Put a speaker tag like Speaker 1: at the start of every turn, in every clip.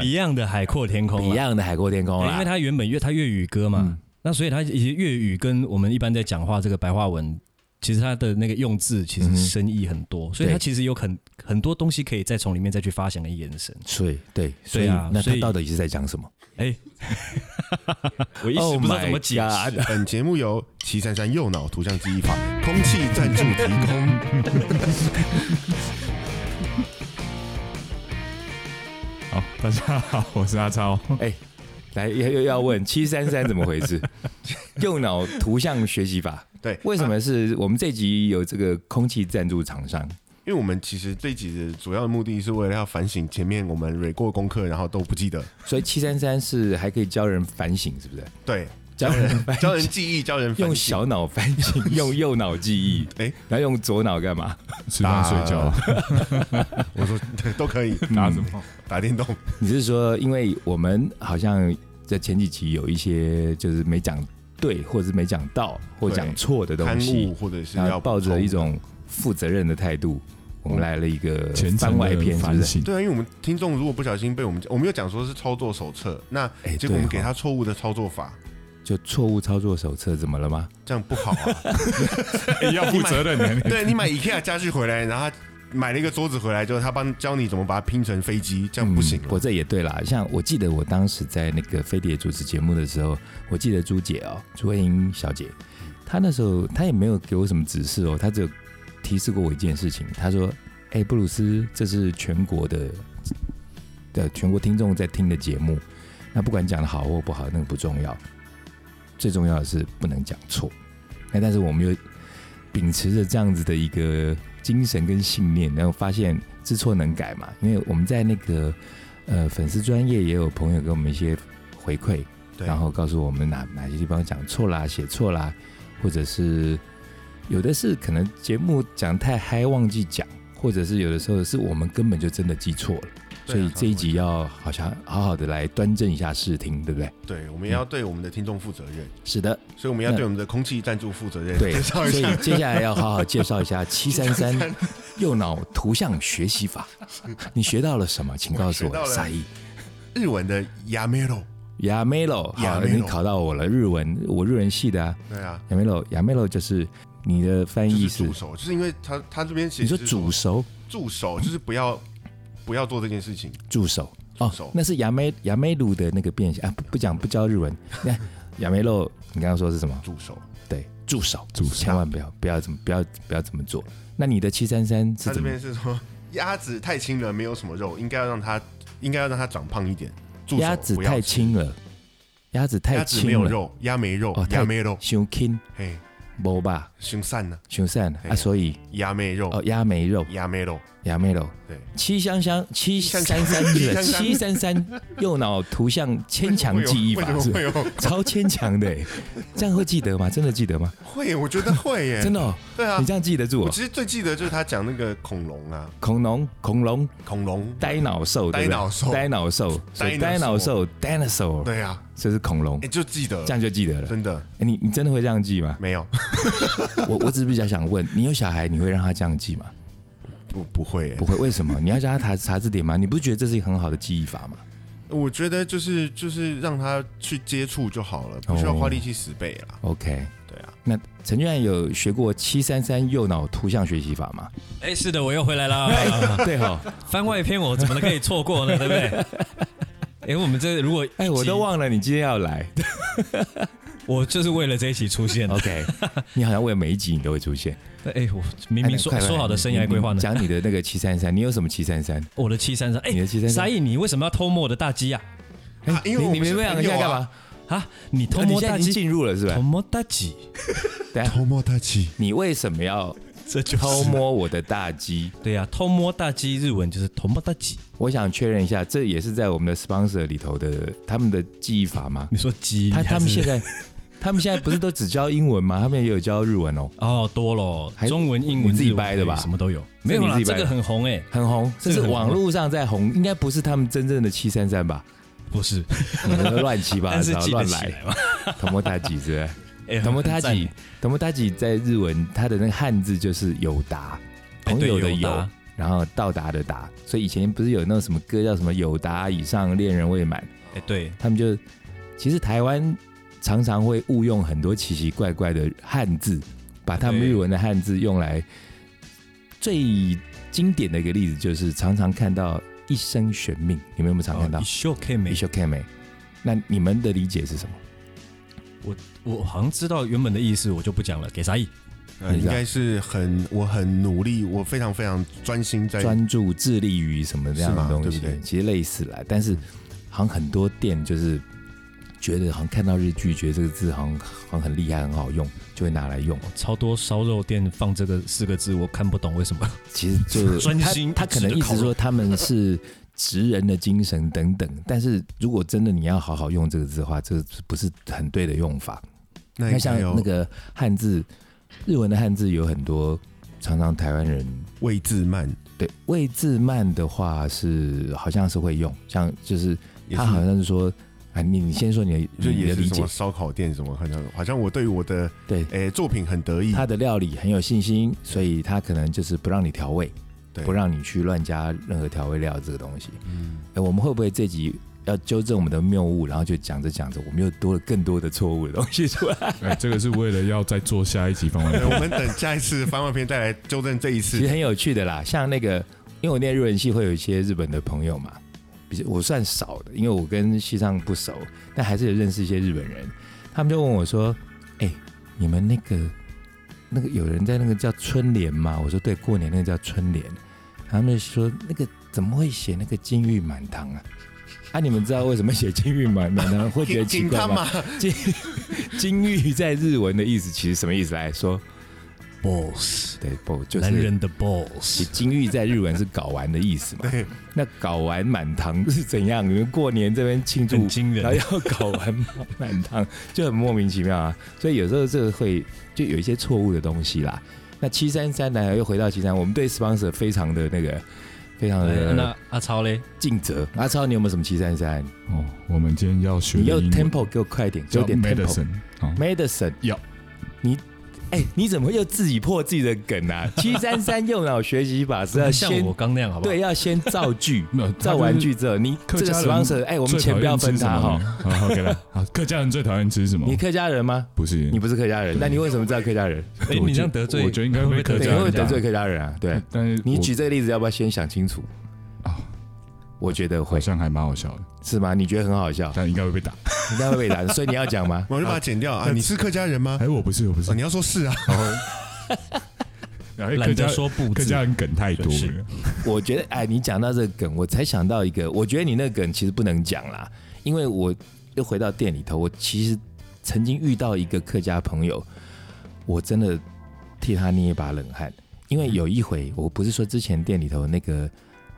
Speaker 1: Beyond 的《海阔天空》啦，
Speaker 2: Beyond 啊嗯的《海阔天空》
Speaker 1: 对哦因为
Speaker 2: 啦，
Speaker 1: 他原本粤他粤语歌嘛，那所以他其实粤语跟我们一般在讲话这个白话文，其实他的那个用字其
Speaker 2: 嗯
Speaker 1: 实
Speaker 2: 哼
Speaker 1: 深意很多，所以他
Speaker 2: 对
Speaker 1: 其实有很很多东西可以再从里面再去发想跟延伸。
Speaker 2: 所以对，所以
Speaker 1: 对啊
Speaker 2: 那
Speaker 1: 所
Speaker 2: 他
Speaker 1: 以
Speaker 2: 到底是在讲什么？Oh
Speaker 1: 哎，
Speaker 2: 我
Speaker 1: 一时不知道怎么解释
Speaker 3: 本节目由七三三右脑图像记忆法空气赞助提 供。
Speaker 4: 好，大家好，我是阿 超。
Speaker 2: 哎，来又又要问七三三怎么回事？ 右脑图像学习法，
Speaker 3: 对，
Speaker 2: 为什么是我们这集有这个空气赞助厂商？
Speaker 3: 因为我们其实这一集的主要的目的是为了要反省前面我们蕊过功课，然后都不记得。
Speaker 2: 所以七三三是还可以教人反省，是不是？
Speaker 3: 对，
Speaker 2: 教人反
Speaker 3: 教人记忆，教人反省
Speaker 2: 用小脑反省，用右脑记忆，
Speaker 3: 哎
Speaker 2: 然后用左脑干嘛？
Speaker 4: 吃饭睡觉，
Speaker 3: 我说对都可以
Speaker 4: 打什么？
Speaker 2: 嗯
Speaker 3: 打电动，
Speaker 2: 你是说，因为我们好像在前几集有一些就是没讲对，或者是没讲到，或
Speaker 3: 对
Speaker 2: 讲错的东
Speaker 3: 刊
Speaker 2: 西，
Speaker 3: 物或者是
Speaker 2: 然
Speaker 3: 要
Speaker 2: 后抱
Speaker 3: 补
Speaker 2: 着
Speaker 3: 充
Speaker 2: 一种负责任的态度，我们来了一个
Speaker 4: 全
Speaker 2: 番
Speaker 4: 程
Speaker 2: 外
Speaker 4: 的
Speaker 2: 篇，是
Speaker 4: 反
Speaker 2: 不是？
Speaker 4: 省。
Speaker 3: 对啊，因为我们听众如果不小心被我们我们有讲说是操作手册，那
Speaker 2: 哎
Speaker 3: 结果我们
Speaker 2: 对
Speaker 3: 给
Speaker 2: 哦
Speaker 3: 他错误的操作法，
Speaker 2: 就错误操作手册怎么了吗？
Speaker 3: 这样不好 啊。
Speaker 4: 哎 要负责任的，
Speaker 3: 对你买 IKEA 家具回来，然后他买了一个桌子回来，就是他帮教你怎么把它拼成飞机，这样不行
Speaker 2: 嗯
Speaker 3: 了。
Speaker 2: 我这也对啦，像我记得我当时在那个飞碟主持节目的时候，我记得朱姐哦，朱慧英小姐，她那时候她也没有给我什么指示哦，她只有提示过我一件事情，她说：“哎、布鲁斯，这是全国的的全国听众在听的节目，那不管讲的好或不好，那个不重要，最重要的是不能讲错。”那但是我们又秉持着这样子的一个精神跟信念，然后发现知错能改嘛，因为我们在那个呃粉丝专业也有朋友给我们一些回馈，
Speaker 3: 对，
Speaker 2: 然后告诉我们哪哪些地方讲错啦、写错啦，或者是呃有的是可能节目讲太嗨忘记讲，或者是有的时候是我们根本就真的记错了，
Speaker 3: 对啊
Speaker 2: 所以这一集要好像好好的来端正一下视听，对不对？
Speaker 3: 对，我们也要对我们的听众负责任，
Speaker 2: 是的，
Speaker 3: 所以我们要
Speaker 2: 嗯那
Speaker 3: 对我们的空气赞助负责任。
Speaker 2: 对，
Speaker 3: 介绍
Speaker 2: 所
Speaker 3: 一
Speaker 2: 以
Speaker 3: 下，
Speaker 2: 接下来要好好介绍一 下七三三右脑图像学习 法，你学到了什么？请告诉
Speaker 3: 我学到
Speaker 2: 我，
Speaker 3: 了
Speaker 2: 沙溢。
Speaker 3: 日文的 yamero，
Speaker 2: 亚梅罗，好，
Speaker 3: Yamelo
Speaker 2: 你考到我了。日文，我日文系的啊。
Speaker 3: 对啊，
Speaker 2: 亚梅罗，亚梅罗就是你的翻
Speaker 3: 就
Speaker 2: 译
Speaker 3: 是
Speaker 2: 是
Speaker 3: 助，手，就是因为他他这边写
Speaker 2: 你说
Speaker 3: 是
Speaker 2: 煮熟、
Speaker 3: 助手，就是不要不要做这件事情，
Speaker 2: 助手
Speaker 3: 助
Speaker 2: 哦
Speaker 3: 手，
Speaker 2: 那是亚梅亚梅鲁的那个变形啊。不不讲，不教日文。 那亚梅罗，你刚刚说是什么？
Speaker 3: 助手，
Speaker 2: 对，助手，
Speaker 4: 助手
Speaker 2: 千万不要不要怎么不要不要怎么做。那你的七三三
Speaker 3: 他
Speaker 2: 是
Speaker 3: 这
Speaker 2: 怎么
Speaker 3: 边？是说鸭子太轻了，没有什么肉，应该要让它应该要让它长胖一点。助手
Speaker 2: 鸭子
Speaker 3: 不要
Speaker 2: 太
Speaker 3: 吃，
Speaker 2: 轻了，鸭子太
Speaker 3: 鸭子
Speaker 2: 轻
Speaker 3: 没有
Speaker 2: 了。
Speaker 3: 肉，鸭没肉
Speaker 2: 哦，太
Speaker 3: 鸭没肉，
Speaker 2: 熊 king
Speaker 3: 嘿，
Speaker 2: 无吧，
Speaker 3: 熊散呢，
Speaker 2: 熊散
Speaker 3: 嘿
Speaker 2: 啊，所以
Speaker 3: 鸭没肉，
Speaker 2: 哦鸭梅肉，
Speaker 3: 鸭没肉，
Speaker 2: 鸭梅肉，
Speaker 3: 对，
Speaker 2: 七香香七
Speaker 3: 香
Speaker 2: 三
Speaker 3: 香
Speaker 2: 三是
Speaker 3: 七香
Speaker 2: 不是
Speaker 3: 香
Speaker 2: 七三 三右脑图像牵强记忆
Speaker 3: 为
Speaker 2: 法
Speaker 3: 什么
Speaker 2: 是不
Speaker 3: 会
Speaker 2: 是
Speaker 3: 有？
Speaker 2: 超牵强的欸，这样会记得吗？真的记得吗？
Speaker 3: 会，我觉得会耶，
Speaker 2: 真的哦，
Speaker 3: 对啊
Speaker 2: 你。这样记得住
Speaker 3: 我
Speaker 2: 哦？
Speaker 3: 其实最记得就是他讲那个恐龙啊，
Speaker 2: 恐龙恐龙
Speaker 3: 恐龙，
Speaker 2: 呆脑兽，对不对
Speaker 3: 呆脑兽
Speaker 2: 呆脑兽，所以呆脑兽 dinosaur，
Speaker 3: 对啊，
Speaker 2: 这是恐龙
Speaker 3: 哎，，就记得
Speaker 2: 这，样就记得了。
Speaker 3: 真的
Speaker 2: 哎你你真的会这样记吗？
Speaker 3: 没有，
Speaker 2: 我我只是比较想问，你有小孩，你会让他这样记吗？
Speaker 3: 不不会耶
Speaker 2: 不。会，为什么？你要教他查查字典吗？你不觉得这是一个很好的记忆法吗？
Speaker 3: 我觉得就是就是让他去接触就好
Speaker 2: 哦
Speaker 3: 了，不需要花力气死背啦。
Speaker 2: OK，
Speaker 3: 对啊，
Speaker 2: 那陈俊翰有学过七三三右脑图像学习法 吗？
Speaker 1: 哎，是的，我又回来 啦。
Speaker 2: 对哈、
Speaker 1: 番外篇我怎么可以错过呢？对不对？ 哎，我们这如果
Speaker 2: 哎，我都，忘了你今天 要来。
Speaker 1: 我就是为了这一期出现的。
Speaker 2: OK，你好像为了每一集你都会出现。
Speaker 1: 哎，我明明说
Speaker 2: 哎那快快
Speaker 1: 说好的生涯规划
Speaker 2: 你
Speaker 1: 呢？
Speaker 2: 讲你的那个七三三，你有什么七三三？
Speaker 1: 我的七三三，哎
Speaker 2: 你的733
Speaker 1: 沙溢，你为什么要偷摸我的大鸡呀？
Speaker 3: 啊因为我
Speaker 2: 你
Speaker 3: 们
Speaker 2: 你
Speaker 3: 是
Speaker 2: 们两个现在干嘛？
Speaker 1: 啊，你 偷
Speaker 2: 哦你
Speaker 1: 摸
Speaker 2: 现在
Speaker 1: 大
Speaker 2: 已经
Speaker 1: 鸡，
Speaker 2: 进入了是吧
Speaker 1: 偷？摸大鸡，
Speaker 2: 等一下，
Speaker 3: 偷摸他起，
Speaker 2: 你为什么要
Speaker 1: 这 就啊
Speaker 2: 偷摸我的大鸡？
Speaker 1: 对呀、偷摸大鸡日文就是偷摸大鸡。
Speaker 2: 我想确认一下，这也是在我们的 sponsor 里头的他们的记忆法吗？
Speaker 1: 你说鸡，
Speaker 2: 他
Speaker 1: 还是
Speaker 2: 他们 现在，他们现在不是都只教英文吗？他们也有教日文哦，
Speaker 1: 哦多咯，
Speaker 2: 还
Speaker 1: 中文、英文、
Speaker 2: 你自己
Speaker 1: 日文
Speaker 2: 掰的吧
Speaker 1: 什么都有。没
Speaker 2: 这你
Speaker 1: 有
Speaker 2: 自
Speaker 1: 啦，
Speaker 2: 己
Speaker 1: 这
Speaker 2: 掰的
Speaker 1: 个很红哎、
Speaker 2: 很红，这
Speaker 1: 这
Speaker 2: 是
Speaker 1: 个很
Speaker 2: 网
Speaker 1: 红
Speaker 2: 络上在红，应该不是他们真正的七三三 吧？
Speaker 1: 不是，
Speaker 2: 你们都乱七八
Speaker 1: 但是
Speaker 2: 糟
Speaker 1: 记得
Speaker 2: 乱
Speaker 1: 起
Speaker 2: 来
Speaker 1: 来，嘛。
Speaker 2: 同摩达吉是
Speaker 1: 哎
Speaker 2: 不是？同摩达
Speaker 1: 很赞
Speaker 2: 吉
Speaker 1: 欸，
Speaker 2: 同摩达吉在日文它的那个汉字就是友达，
Speaker 1: 哎
Speaker 2: 朋友的
Speaker 1: 对友达
Speaker 2: 然后到达的达，所以以前不是有那种什么歌叫什么有达以上恋人未满，
Speaker 1: 哎，对，
Speaker 2: 他们就其实台湾常常会误用很多奇奇怪怪的汉字，把他们
Speaker 1: 对
Speaker 2: 日文的汉字用来最经典的一个例子就是常常看到一生悬命，你们有没有常看到
Speaker 3: 哦
Speaker 1: 哦一？秀 K 美
Speaker 2: 一，生懸命。那你们的理解是什么？
Speaker 1: 我好像知道原本的意思，我就不讲了，给啥意？
Speaker 3: 呃应该是很我很努力，我非常非常专心在
Speaker 2: 专注致力于什么这样的
Speaker 3: 是吗
Speaker 2: 东西，
Speaker 3: 对不对
Speaker 2: 其实类似啦，但是好像很多店就是觉得好像看到日剧，觉得这个字好像好像很厉害，很好用，就会拿来用。
Speaker 1: 超多烧肉店放这个四个字，我看不懂为什 么。
Speaker 2: 其实 就
Speaker 1: 专心
Speaker 2: 他他可能
Speaker 1: 一直
Speaker 2: 意
Speaker 1: 地烤
Speaker 2: 思
Speaker 1: 肉
Speaker 2: 说他们是 职人的精神等等，但是如果真的你要好好用这个字的话，这个不是很对的用法。
Speaker 3: 那
Speaker 2: 那
Speaker 3: 哦应
Speaker 2: 像
Speaker 3: 该有
Speaker 2: 那个汉字，日文的汉字有很多，常常台湾人
Speaker 3: 魏自慢，
Speaker 2: 对位字慢的话是好像是会用，像就是
Speaker 3: 也
Speaker 2: 他
Speaker 3: 是
Speaker 2: 好像是说，啊，你你先说你的
Speaker 3: 就
Speaker 2: 你
Speaker 3: 也
Speaker 2: 的
Speaker 3: 是
Speaker 2: 理
Speaker 3: 什
Speaker 2: 解
Speaker 3: 么，烧烤店什么，好像好像我对我的
Speaker 2: 对
Speaker 3: 诶、作品很得意，
Speaker 2: 他的料理很有信心，所以他可能就是不让你调味，
Speaker 3: 对
Speaker 2: 不让你去乱加任何调味料这个东西。
Speaker 3: 嗯
Speaker 2: 哎，我们会不会这集要纠正我们的谬误，然后就讲着讲着，我们又多了更多的错误的东西出来？
Speaker 4: 哎，这个是为了要再做下一集番外
Speaker 3: 对
Speaker 4: 篇。
Speaker 3: 我们等下一次番外篇再来纠正这一
Speaker 2: 其实
Speaker 3: 次。
Speaker 2: 很有趣的啦，像那个，因为我念日文系会有一些日本的朋友嘛，比较我算少的，因为我跟系上不熟，但还是有认识一些日本人。他们就问我说：“哎、你们那个那个有人在那个叫春联吗？”我说：“对，过年那个叫春联。”他们就说：“那个怎么会写那个金玉满堂啊？”啊，你们知道为什么写金玉满 满堂会觉得奇
Speaker 3: 金
Speaker 2: 怪
Speaker 3: 他
Speaker 2: 吗
Speaker 3: 妈？！
Speaker 2: 金金玉在日文的意思其实什么意思来说？
Speaker 1: Balls，
Speaker 2: 对，不就是
Speaker 1: 男人的
Speaker 2: 其
Speaker 1: balls，
Speaker 2: 金玉在日文是搞完的意思嘛？
Speaker 3: 对，
Speaker 2: 那搞完满堂是怎样？你们过年这边庆祝
Speaker 1: 很，惊
Speaker 2: 然后
Speaker 1: 人。
Speaker 2: 要搞完满堂， 就很莫名其妙啊。所以有时候这个会就有一些错误的东西啦。那七三三呢？又回到七三，我们对 sponsor 非常的那个，非常
Speaker 1: 哎
Speaker 2: 的
Speaker 1: 那阿超嘞？
Speaker 2: 尽责。阿超，你有没有什么七三三？
Speaker 4: 哦，我们今天要学
Speaker 2: 你
Speaker 4: 的
Speaker 2: 要
Speaker 4: 英文
Speaker 2: tempo 给我快一点，
Speaker 4: 叫
Speaker 2: 有
Speaker 4: 哦
Speaker 2: 点 tempo。
Speaker 4: medicine 好
Speaker 2: medicine
Speaker 4: 要
Speaker 2: 你，哎、你怎么又自己破自己的梗啊？七三三右脑学习 法是要
Speaker 1: 像
Speaker 2: 呃先
Speaker 1: 我刚那样，好不好？
Speaker 2: 对，要先造句。
Speaker 4: 没有
Speaker 2: 造完句之后，你
Speaker 4: 客
Speaker 2: 这个
Speaker 4: 家人
Speaker 2: sponsor，哎、我们钱不要分他哈。
Speaker 4: 哈。 好，OK 了。好，客家人最讨厌吃什么
Speaker 2: 你？客家人吗？
Speaker 4: 不是
Speaker 2: 你，不是客家人，那你为什么知道客家人？
Speaker 1: 哎，你这样得罪，
Speaker 4: 我觉得应该
Speaker 1: 会不
Speaker 4: 会客
Speaker 2: 对，
Speaker 4: 家
Speaker 2: 你
Speaker 4: 人
Speaker 2: 会
Speaker 1: 人
Speaker 2: 不会
Speaker 1: 家
Speaker 2: 得罪客家人啊？对，
Speaker 4: 但是
Speaker 2: 你
Speaker 4: 我
Speaker 2: 举这个例子，要不要先想清楚
Speaker 4: 啊？
Speaker 2: 我觉得
Speaker 4: 好
Speaker 2: 会
Speaker 4: 像还蛮好笑的，
Speaker 2: 是吗？你觉得很好 笑，
Speaker 4: 但应该会 被打。
Speaker 2: 你应该会被打，所以你要讲吗？
Speaker 3: 我就把它剪掉啊！你是客家人吗？
Speaker 4: 哎，我不是，我不是
Speaker 3: 哦，。你要说是啊，
Speaker 4: 然后哎客
Speaker 1: 懒
Speaker 4: 家
Speaker 1: 得说不
Speaker 4: 客
Speaker 1: 字
Speaker 4: 家。人梗太多
Speaker 1: 是
Speaker 4: 了，
Speaker 2: 我觉得，哎，你讲到这个梗，我才想到一个，我觉得你那个梗其实不能讲啦，因为我又回到店里头，我其实曾经遇到一个客家朋友，我真的替他捏一把冷汗，因为有一回，我不是说之前店里头那个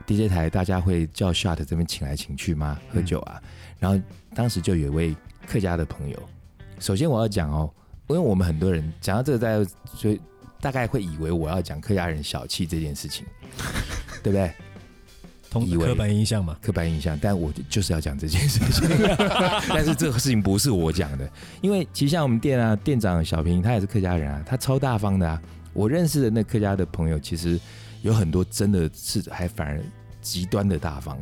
Speaker 2: DJ 台大家会叫 shot 这边请来请去吗？喝酒啊，然后当时就有一位客家的朋友，首先我要讲哦，因为我们很多人讲到这个，大家就大概会以为我要讲客家人小气这件事情，对不对？
Speaker 1: 通
Speaker 2: 以为
Speaker 1: 刻板印象嘛，
Speaker 2: 刻板印象，但我就就是要讲这件事情。 但是这个事情不是我讲的，因为其实像我们店啊，店长小平他也是客家人啊，他超大方的啊。我认识的那客家的朋友，其实有很多真的是还反而极端的大方，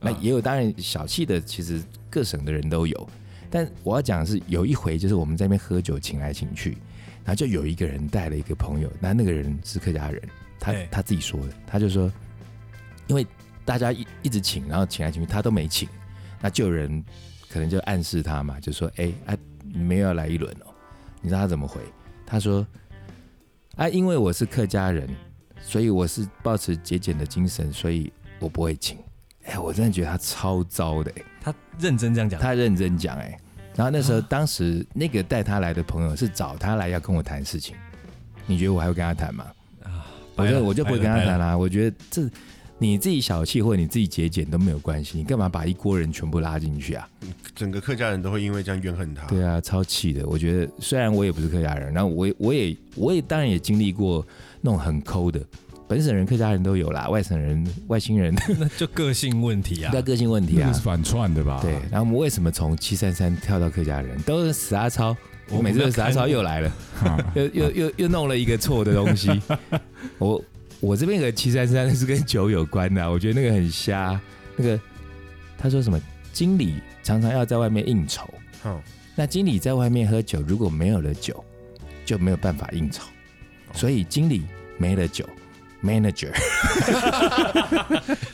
Speaker 2: 那也有当然小气的，其实各省的人都有。但我要讲的是，有一回就是我们在那边喝酒，请来请去，然后就有一个人带了一个朋友，那那个人是客家人，他
Speaker 1: 哎
Speaker 2: 他自己说的，他就说，因为大家一一直请，然后请来请去，他都没请，那就有人可能就暗示他嘛，就说，哎、啊，你们又要来一轮哦，你知道他怎么回？他说，啊，因为我是客家人，所以我是抱持节俭的精神，所以我不会请。哎、我真的觉得他超糟的、哎
Speaker 1: 他认真这样讲，
Speaker 2: 他认真讲哎、然后那
Speaker 1: 啊
Speaker 2: 时候当时那个带他来的朋友是找他来要跟我谈事情，你觉得我还会跟他谈吗？我
Speaker 1: 啊白了
Speaker 2: 就我就不会跟他
Speaker 1: 白了
Speaker 2: 谈啦、我觉得这你自己小气或者你自己节俭都没有关系，你干嘛把一锅人全部拉进去啊？
Speaker 3: 整个客家人都会因为这样怨恨他。
Speaker 2: 对啊，超气的。我觉得虽然我也不是客家人，然后我也我也我也当然也经历过那种很抠的，本省人、客家人都有啦，外省人、外星人
Speaker 1: 那就个性问题啊
Speaker 2: 那，个性问题
Speaker 4: 那
Speaker 2: 啊
Speaker 4: 个是。反串的吧？
Speaker 2: 对，然后我们为什么从七三三跳到客家人，都是死阿超？
Speaker 1: 我
Speaker 2: 我每次都
Speaker 1: 我们要
Speaker 2: 死阿
Speaker 1: 看
Speaker 2: 超又来了，
Speaker 4: 哈，
Speaker 2: 又又又又弄了一个错的东西。我我这边有个七三三是跟酒有关的啊、我觉得那个很瞎。那个他说什么？经理常常要在外面应酬，
Speaker 1: 哦
Speaker 3: 哼
Speaker 2: 那经理在外面喝酒，如果没有了酒，就没有办法应酬，
Speaker 1: 哦
Speaker 2: 所以经理没了酒，manager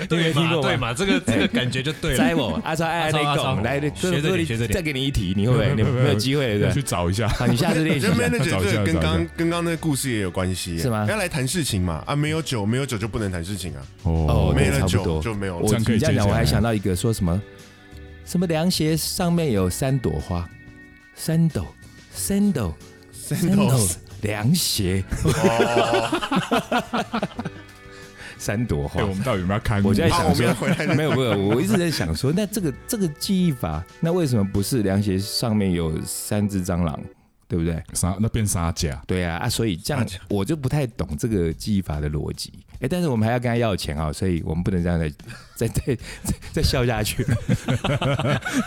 Speaker 1: 对
Speaker 2: 没听过
Speaker 1: 嘛
Speaker 2: 吗
Speaker 1: 对嘛，这个这个感觉就对
Speaker 2: 摘
Speaker 1: 了。
Speaker 2: 我阿超爱
Speaker 1: 阿
Speaker 2: 那
Speaker 1: 超阿
Speaker 2: 拱
Speaker 1: 超
Speaker 2: 来，
Speaker 1: 学着点学着点
Speaker 2: 再给你一题，你会不会？你
Speaker 4: 不不不
Speaker 2: 没有机会了，对
Speaker 4: 要
Speaker 2: 不
Speaker 4: 去
Speaker 2: 对？
Speaker 4: 找一下。
Speaker 2: 好，你下次练
Speaker 3: 我
Speaker 2: 习
Speaker 3: 觉
Speaker 2: 一
Speaker 3: 得
Speaker 2: 下。
Speaker 3: manager
Speaker 4: 找一下
Speaker 3: 这个跟
Speaker 4: 找一下
Speaker 3: 刚跟刚那个故事也有关系，
Speaker 2: 是吗
Speaker 3: 要来谈事情嘛，啊，没有酒，没有酒就不能谈事情啊，
Speaker 2: 哦
Speaker 4: 哦，
Speaker 3: 没
Speaker 2: 对差
Speaker 3: 了
Speaker 2: 不
Speaker 3: 酒
Speaker 2: 多
Speaker 3: 就没有
Speaker 2: 我
Speaker 3: 了。
Speaker 4: 这样
Speaker 2: 你
Speaker 4: 可以
Speaker 2: 这样
Speaker 4: 接
Speaker 2: 讲，
Speaker 4: 下
Speaker 2: 我还
Speaker 4: 来
Speaker 2: 想到一个说什么什么凉鞋上面有三朵花，三朵，三朵，三朵凉 鞋，
Speaker 3: 哦，
Speaker 2: 三朵花
Speaker 4: 哎，。我们到底有没有看？
Speaker 2: 我在
Speaker 3: 啊，
Speaker 2: 想
Speaker 3: 我们要
Speaker 2: 说，
Speaker 3: 回来了。
Speaker 2: 没有没有，我一直在想说，那这个这个记忆法，那为什么不是凉鞋上面有三只蟑螂，对不对？
Speaker 4: 杀那变杀价，
Speaker 2: 对啊啊，所以这样
Speaker 3: 啊
Speaker 2: 我就不太懂这个记忆法的逻辑。哎、但是我们还要跟他要钱啊、所以我们不能这样再 再再再再笑下去。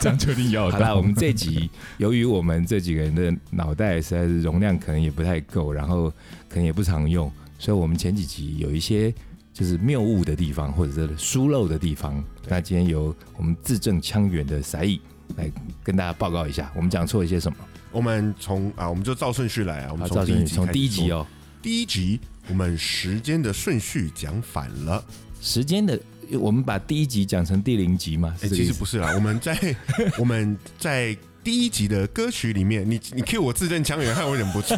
Speaker 4: 这样确定要
Speaker 2: 好
Speaker 4: 得
Speaker 2: 啦，
Speaker 4: 到。
Speaker 2: 我们这集由于我们这几个人的脑袋实在是容量可能也不太够，然后可能也不常用，所以我们前几集有一些就是谬误的地方或者是疏漏的地方。那今天由我们字正腔圆的才艺来跟大家报告一下，我们讲错了些什么？
Speaker 3: 我们从啊，我们就照顺序来啊，
Speaker 2: 好，
Speaker 3: 我们
Speaker 2: 赵
Speaker 3: 从第
Speaker 2: 先
Speaker 3: 一
Speaker 2: 生
Speaker 3: 集
Speaker 2: 从第一
Speaker 3: 开始
Speaker 2: 集
Speaker 3: 说，
Speaker 2: 哦，
Speaker 3: 第一集我们时间的顺序讲反了。
Speaker 2: 时间的，我们把第一集讲成第零集嘛，
Speaker 3: 哎、
Speaker 2: 是这个
Speaker 3: 其
Speaker 2: 意
Speaker 3: 实
Speaker 2: 思。
Speaker 3: 不是啦，我们在 我们在第一集的歌曲里面，你你 Q 我字正腔圆，害我忍不住。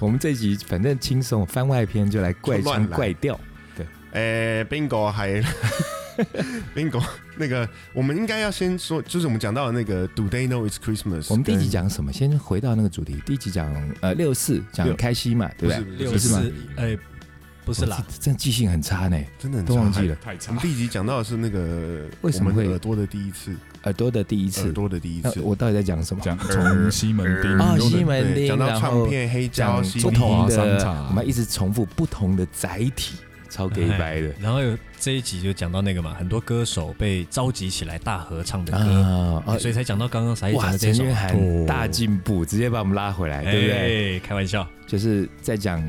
Speaker 2: 我们这集反正轻松，番外篇就来怪
Speaker 3: 就乱
Speaker 2: 腔
Speaker 3: 来
Speaker 2: 怪调。
Speaker 3: 哎、b i n g o 还 Bingo 那个，我们应该要先说，就是我们讲到的那个 Do they know it's Christmas？
Speaker 2: 我们第一集
Speaker 3: 跟
Speaker 2: 讲什么？先回到那个主题。第一集讲呃六四讲
Speaker 3: 六
Speaker 2: 开心嘛，对不对？
Speaker 3: 不是
Speaker 1: 六
Speaker 3: 不是
Speaker 1: 四哎，不是啦，
Speaker 2: 哇，这这样记性很差呢，
Speaker 3: 真的很
Speaker 2: 都忘记了
Speaker 3: 了。
Speaker 4: 太差
Speaker 3: 我们，第一集讲到的是那个
Speaker 2: 为什么
Speaker 3: 我们
Speaker 2: 会
Speaker 3: 耳朵的第一次，
Speaker 2: 耳朵的第一次
Speaker 3: 耳。朵的第一
Speaker 2: 那
Speaker 3: 次。
Speaker 2: 我到底在讲什么？
Speaker 4: 讲从西门町
Speaker 2: 啊，
Speaker 4: 有的
Speaker 2: 西门
Speaker 3: 对，
Speaker 2: 町，
Speaker 3: 讲到
Speaker 2: 然
Speaker 3: 唱
Speaker 2: 后
Speaker 3: 片、黑胶、
Speaker 2: 讲
Speaker 3: CD
Speaker 2: 不同
Speaker 4: 中华商
Speaker 2: 的
Speaker 4: 场，
Speaker 2: 我们一直重复不同的载体，超 gay 白的
Speaker 1: 然后有这一集就讲到那个嘛，很多歌手被召集起来大合
Speaker 3: 哎
Speaker 1: 唱的歌，哎
Speaker 2: 啊啊！
Speaker 1: 所以才讲到刚刚才讲
Speaker 2: 哇，
Speaker 1: 的这
Speaker 2: 陈
Speaker 1: 首
Speaker 2: 韵
Speaker 1: 嘛
Speaker 2: 涵大进步，直接把我们拉回来，对不对？
Speaker 1: 哎，开玩笑，
Speaker 2: 就是在讲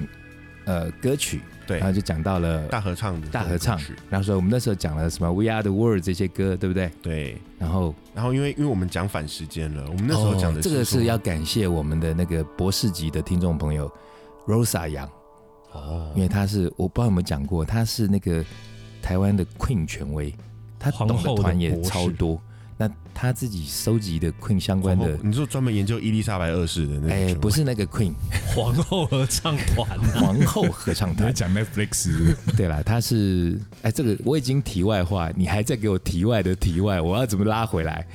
Speaker 2: 呃歌曲，
Speaker 3: 对
Speaker 2: 然后就讲到了
Speaker 3: 大合唱的
Speaker 2: 大合唱
Speaker 3: 歌曲，
Speaker 2: 然后所以我们那时候讲了什么《We Are the World》这些歌，对不对？
Speaker 3: 对。
Speaker 2: 然后
Speaker 3: 然后因为因为我们讲反时间了，我们那时候讲的
Speaker 2: 哦这个
Speaker 3: 说
Speaker 2: 是要感谢我们的那个博士级的听众朋友 Rosa 杨，
Speaker 3: 哦
Speaker 2: 因为她是我不知道有没有讲过，她是那个台湾的 Queen 权威，她懂
Speaker 1: 皇后的
Speaker 2: 团也
Speaker 1: 博士
Speaker 2: 超多。那她自己收集的 Queen 相关
Speaker 3: 皇
Speaker 2: 的
Speaker 3: 后，哦你说专门研究伊丽莎白二世的那个
Speaker 2: 哎，
Speaker 3: 权威
Speaker 2: 不是那个 Queen
Speaker 1: 皇后合唱团
Speaker 2: 皇后合唱
Speaker 4: 你在
Speaker 2: 团，
Speaker 4: 讲 Netflix
Speaker 2: 对啦，她是哎，这个我已经题外话，你还在给我题外的题外，我要怎么拉回来？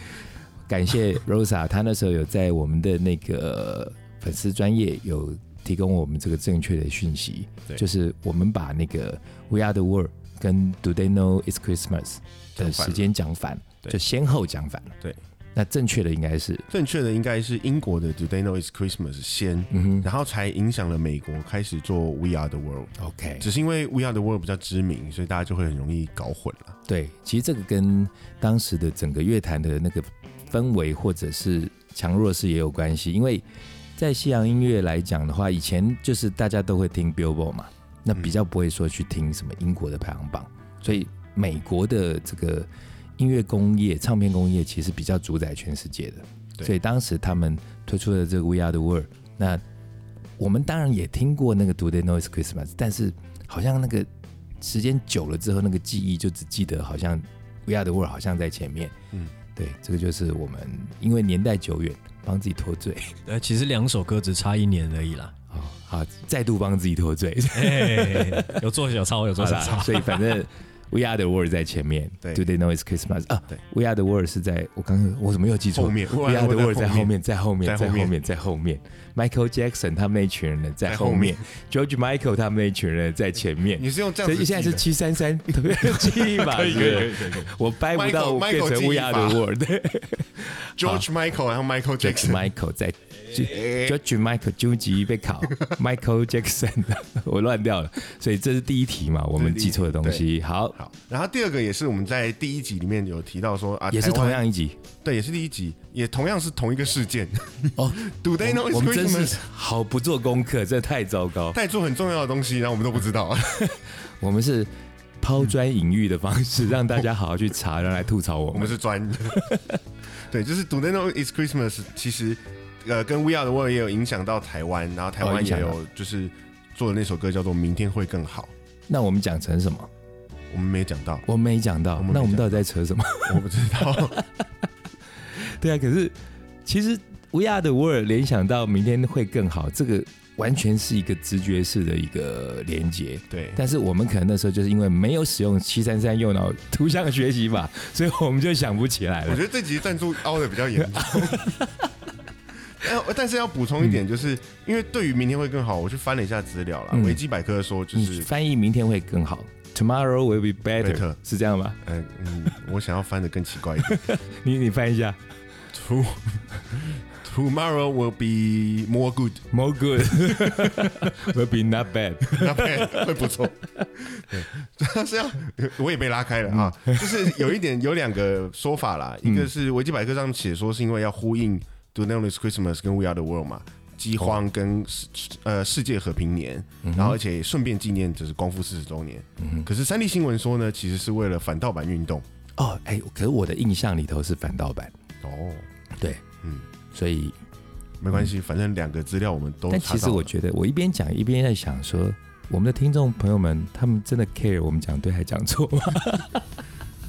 Speaker 2: 感谢 Rosa，她那时候有在我们的那个粉丝专业有提供我们这个正确的讯息，
Speaker 3: 对
Speaker 2: 就是我们把那个 We Are the World 跟 Do They Know It's Christmas 的
Speaker 3: 讲反了
Speaker 2: 时间讲反，
Speaker 3: 对
Speaker 2: 就先后讲反了。
Speaker 3: 对，
Speaker 2: 那正确的应该是，
Speaker 3: 正确的应该是英国的 Do They Know It's Christmas 先，
Speaker 2: 嗯
Speaker 3: 然后才影响了美国开始做 We Are the World。
Speaker 2: 哼，OK，
Speaker 3: 只是因为 We Are the World 比较知名，所以大家就会很容易搞混了。
Speaker 2: 对，其实这个跟当时的整个乐坛的那个氛围或者是强弱势也有关系，因为在西洋音乐来讲的话，以前就是大家都会听 Billboard 嘛，那比较不会说去听什么英国的排行榜，所以美国的这个音乐工业、唱片工业其实比较主宰全世界的，
Speaker 3: 对
Speaker 2: 所以当时他们推出的这个 We Are the World，那我们当然也听过那个 Do They Know It's Christmas，但是好像那个时间久了之后，那个记忆就只记得好像 We Are the World 好像在前面。嗯
Speaker 3: 嗯，
Speaker 2: 对，这个就是我们因为年代久远，帮自己脱罪。
Speaker 1: 呃，其实两首歌只差一年而已啦。
Speaker 2: 哦， 好，再度帮自己脱 罪。
Speaker 1: 哎， 有做小抄，有做
Speaker 2: 好
Speaker 1: 小
Speaker 2: 啦
Speaker 1: 抄，
Speaker 2: 所以反正 We Are the World 在前面
Speaker 3: 对
Speaker 2: ，Do They Know It's Christmas 啊
Speaker 3: 对
Speaker 2: ？We Are the World 是在我刚刚我怎么又记错
Speaker 3: 后？面
Speaker 2: We Are the World 在后
Speaker 3: 后，
Speaker 2: 面，在后面，
Speaker 3: 在
Speaker 2: 在
Speaker 3: 后
Speaker 2: 后
Speaker 3: 面
Speaker 2: 面，在后面。Michael Jackson 他们那一群人在
Speaker 3: 在
Speaker 2: 后
Speaker 3: 后
Speaker 2: 面
Speaker 3: 面
Speaker 2: ，George Michael 他们那一群人在前面。
Speaker 3: 你是用这样
Speaker 2: 所
Speaker 3: 子
Speaker 2: 以
Speaker 3: 记的？
Speaker 2: 现在是七三三，对不对？记忆吧，
Speaker 4: 可以可
Speaker 2: 是不是
Speaker 4: 以可以可以可以，
Speaker 2: 我掰不到
Speaker 3: Michael-
Speaker 2: 变成
Speaker 3: Michael
Speaker 2: 乌鸦的 word。
Speaker 3: George Michael，然后 Michael
Speaker 2: George
Speaker 3: Jackson，
Speaker 2: Michael 在
Speaker 3: 哎
Speaker 2: George Michael 究极被考 Michael Jackson，我 乱掉了，所以这是第一题嘛，我们记错的东西。好，
Speaker 3: 好，然后第二个也是我们在第一集里面有提到说啊，
Speaker 2: 也是
Speaker 3: 台
Speaker 2: 同
Speaker 3: 湾
Speaker 2: 样一集。
Speaker 3: 对，也是第一集，也同样是同一个事件。
Speaker 2: 哦
Speaker 3: Do they
Speaker 2: 我
Speaker 3: know
Speaker 2: 们
Speaker 3: is
Speaker 2: 我们真
Speaker 3: Christmas？
Speaker 2: 是好不做功课，这太糟糕。
Speaker 3: 带做很重要的东西，然后我们都不知道。
Speaker 2: 我们是抛砖引玉的方 式，让大家好好去查，然后来吐槽我
Speaker 3: 我们
Speaker 2: 们。
Speaker 3: 是专。 对，就是 Do they know is Christmas？其实呃，跟 We Are the World 也有影响到台湾，然后台
Speaker 2: 哦
Speaker 3: 湾
Speaker 2: 影响
Speaker 3: 也
Speaker 2: 到
Speaker 3: 有就是做的那首歌叫做《明天会更好》，
Speaker 2: 那我们讲成什么？
Speaker 3: 我们没讲 到，
Speaker 2: 我没讲到
Speaker 3: 我们。没
Speaker 2: 那我们
Speaker 3: 讲
Speaker 2: 到底在扯什么？
Speaker 3: 我不知道。
Speaker 2: 对啊，可是其实 We Are the World 联想到明天会更好，这个完全是一个直觉式的一个连接。
Speaker 3: 对，
Speaker 2: 但是我们可能那时候就是因为没有使用七三三右脑 图像学习法，所以我们就想不起来
Speaker 3: 我
Speaker 2: 了
Speaker 3: 觉。得这集赞助凹的比较严重。 但但是要补充一点，就是、因为对于明天会更好，我去翻了一下资料啦。
Speaker 2: 嗯
Speaker 3: 维基百科说，就
Speaker 2: 你
Speaker 3: 是
Speaker 2: 翻译明天会更好，Tomorrow will be better，,
Speaker 3: Better
Speaker 2: 是这样吗？
Speaker 3: 嗯嗯，我想要翻的更奇怪一点。
Speaker 2: 你你翻一下
Speaker 3: To tomorrow will be more good，
Speaker 2: ，More good will be not bad。
Speaker 3: 那会不错。对，但是要我也被拉开了啊，
Speaker 2: 嗯
Speaker 3: 就是有一点有两个说法啦，一个是维基百科上写说是因为要呼应 Do Not Is Christmas 跟 We Are the World 嘛。饥
Speaker 2: 哦
Speaker 3: 荒跟世呃世界和平年，
Speaker 2: 嗯
Speaker 3: 然后而且顺便纪念就是光复四十周年。可是三立新闻说呢，其实是为了反盗版运动。
Speaker 2: 哦，哎，可是我的印象里头是反盗版，
Speaker 3: 哦，
Speaker 2: 对，
Speaker 3: 嗯，
Speaker 2: 所以
Speaker 3: 没关系，反正两个资料我们都查到
Speaker 2: 嗯但
Speaker 3: 了。
Speaker 2: 其实我觉得，我一边讲一边在想说，我们的听众朋友们，他们真的 care 我们讲对还讲 错吗？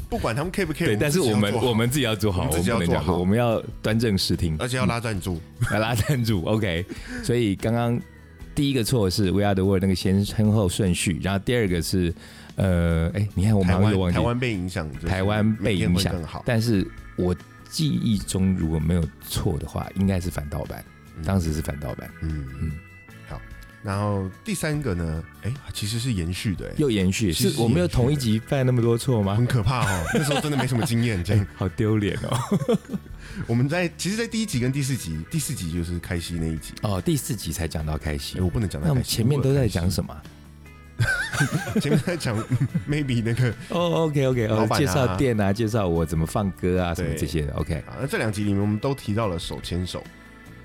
Speaker 3: 不管他们 care 不 care，
Speaker 2: 对，但是
Speaker 3: 自己
Speaker 2: 我
Speaker 3: 要
Speaker 2: 们
Speaker 3: 做好
Speaker 2: 我们自己要做好，
Speaker 3: 我
Speaker 2: 我
Speaker 3: 们
Speaker 2: 们
Speaker 3: 自己要
Speaker 2: 不能
Speaker 3: 做
Speaker 2: 讲错
Speaker 3: 好呃
Speaker 2: 我们要端正视听，
Speaker 3: 而且要拉赞助，
Speaker 2: 来拉赞助。OK，所以刚刚第一个错是 We Are the World 那个先先后顺序，然后第二个是呃，哎，你看我
Speaker 3: 台
Speaker 2: 马上就忘
Speaker 3: 湾
Speaker 2: 记
Speaker 3: 台湾被影响，就是
Speaker 2: 台湾被影
Speaker 3: 每天
Speaker 2: 响
Speaker 3: 会更好。
Speaker 2: 但是我记忆中如果没有错的话，应该是反盗版，
Speaker 3: 嗯
Speaker 2: 当时是反盗版，
Speaker 3: 嗯嗯
Speaker 2: 嗯
Speaker 3: 好，然后第三个呢，哎、其实是延续的、哎，
Speaker 2: 又延续，
Speaker 3: 其实
Speaker 2: 是我们
Speaker 3: 延
Speaker 2: 有
Speaker 3: 续
Speaker 2: 同一
Speaker 3: 的
Speaker 2: 集犯那么多错吗
Speaker 3: 很？可怕 哦，那时候真的没什么经验。这样，
Speaker 2: 好丢脸哦！
Speaker 3: 我们在其实，在第一集跟第四集，第四集就是开心那一集。
Speaker 2: 哦，第四集才讲到开心
Speaker 3: 哎，我不能讲
Speaker 2: 那
Speaker 3: 到
Speaker 2: 我
Speaker 3: 开
Speaker 2: 们
Speaker 3: 心
Speaker 2: 前面都在讲什么？
Speaker 3: 么？前面在讲 maybe 那个
Speaker 2: 哦，OK，OK，哦、o k
Speaker 3: 老
Speaker 2: OK，
Speaker 3: 板啊
Speaker 2: 介绍店啊，介绍我怎么放歌啊，什么
Speaker 3: 对
Speaker 2: 这些的。OK，
Speaker 3: 啊，那这两集里面我们都提到了手牵手，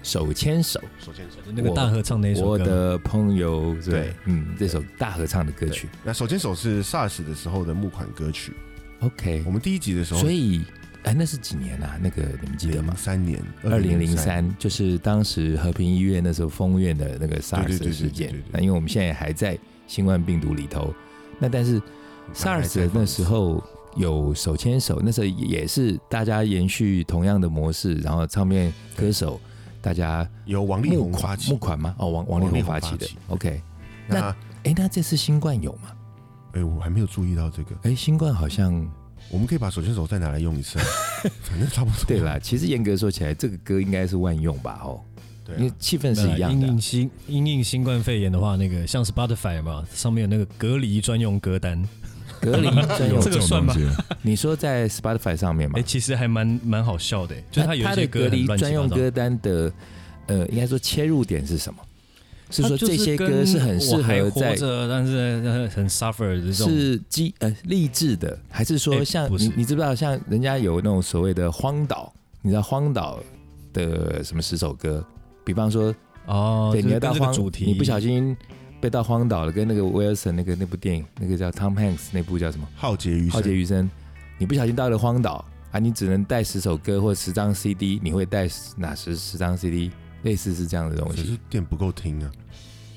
Speaker 2: 手牵手，
Speaker 3: 手牵手。
Speaker 1: 那个大合唱那一首
Speaker 2: 我
Speaker 1: 歌，
Speaker 2: 的朋友，对不对
Speaker 3: 对，
Speaker 2: 嗯，这首大合唱的歌曲。
Speaker 3: 那手牵手是 SARS 的时候的募款歌曲。
Speaker 2: OK，
Speaker 3: 我们第一集的时候，
Speaker 2: 所以，哎，那是几年啊？那个你们记得吗？
Speaker 3: 三年，
Speaker 2: 二零零三，就是当时和平医院那时候封院的那个
Speaker 3: 对
Speaker 2: SARS
Speaker 3: 对对
Speaker 2: 的事件
Speaker 3: 对对对对。
Speaker 2: 那因为我们现在还在新冠病毒里头，那但是
Speaker 3: 还在
Speaker 2: SARS 的那时候有手牵手，那时候也是大家延续同样的模式，然后唱片歌手大家
Speaker 3: 由王力
Speaker 2: 募
Speaker 3: 宏发
Speaker 2: 款
Speaker 3: 起
Speaker 2: 募。款吗？哦，王王力
Speaker 3: 王力
Speaker 2: 宏
Speaker 3: 宏
Speaker 2: 发
Speaker 3: 发
Speaker 2: 起的
Speaker 3: 起。
Speaker 2: OK，
Speaker 3: 那
Speaker 2: 那哎，那这次新冠有吗？
Speaker 3: 哎、我还没有注意到这个，
Speaker 2: 哎，新冠好像
Speaker 3: 我们可以把手牵手再拿来用 一次、啊，反正差不多。
Speaker 2: 对 啦。其实严格说起来，这个歌应该是万用吧？哦，
Speaker 3: 对啊
Speaker 2: 因为气氛
Speaker 1: 那
Speaker 2: 是一样
Speaker 1: 因
Speaker 2: 的啊
Speaker 1: 应。新因应新冠肺炎的话，那个像 Spotify 嘛，上面有那个隔离专用歌单，
Speaker 2: 嗯隔离专 用
Speaker 1: 这个算吧
Speaker 4: 吗？
Speaker 2: 你说在 Spotify 上面嘛
Speaker 1: 哎，？其实还蛮蛮好笑的，就是它有一
Speaker 2: 它
Speaker 1: 些
Speaker 2: 的
Speaker 1: 歌
Speaker 2: 隔
Speaker 1: 很
Speaker 2: 离
Speaker 1: 乱
Speaker 2: 专
Speaker 1: 七八
Speaker 2: 用
Speaker 1: 糟。
Speaker 2: 歌单的，呃，应该说切入点是什么？是
Speaker 1: 它
Speaker 2: 说
Speaker 1: 就
Speaker 2: 这些
Speaker 1: 跟
Speaker 2: 歌是很适
Speaker 1: 我还
Speaker 2: 合
Speaker 1: 活
Speaker 2: 在
Speaker 1: 着，但是呃很 suffer 的这种。
Speaker 2: 是激呃励志的，还是
Speaker 1: 哎
Speaker 2: 说像
Speaker 1: 不是
Speaker 2: 你你知不知道像人家有那种所谓的荒岛？你知道荒岛的什么十首歌？比方说，
Speaker 1: 哦，
Speaker 2: 对，
Speaker 1: 就
Speaker 2: 你要
Speaker 1: 是
Speaker 2: 到
Speaker 1: 跟这个
Speaker 2: 荒
Speaker 1: 主题，
Speaker 2: 你 不小心被到荒岛了，跟那个威尔森那个那部电影，那个叫 Tom Hanks 那部叫什么？
Speaker 3: 浩劫余
Speaker 2: 浩
Speaker 3: 生
Speaker 2: 劫，余生，你不小心到了荒岛啊，你只能带十首歌或十张 CD，你会带十哪十十张 CD？类似是这样的东
Speaker 3: 只
Speaker 2: 西，
Speaker 3: 是店不够听啊。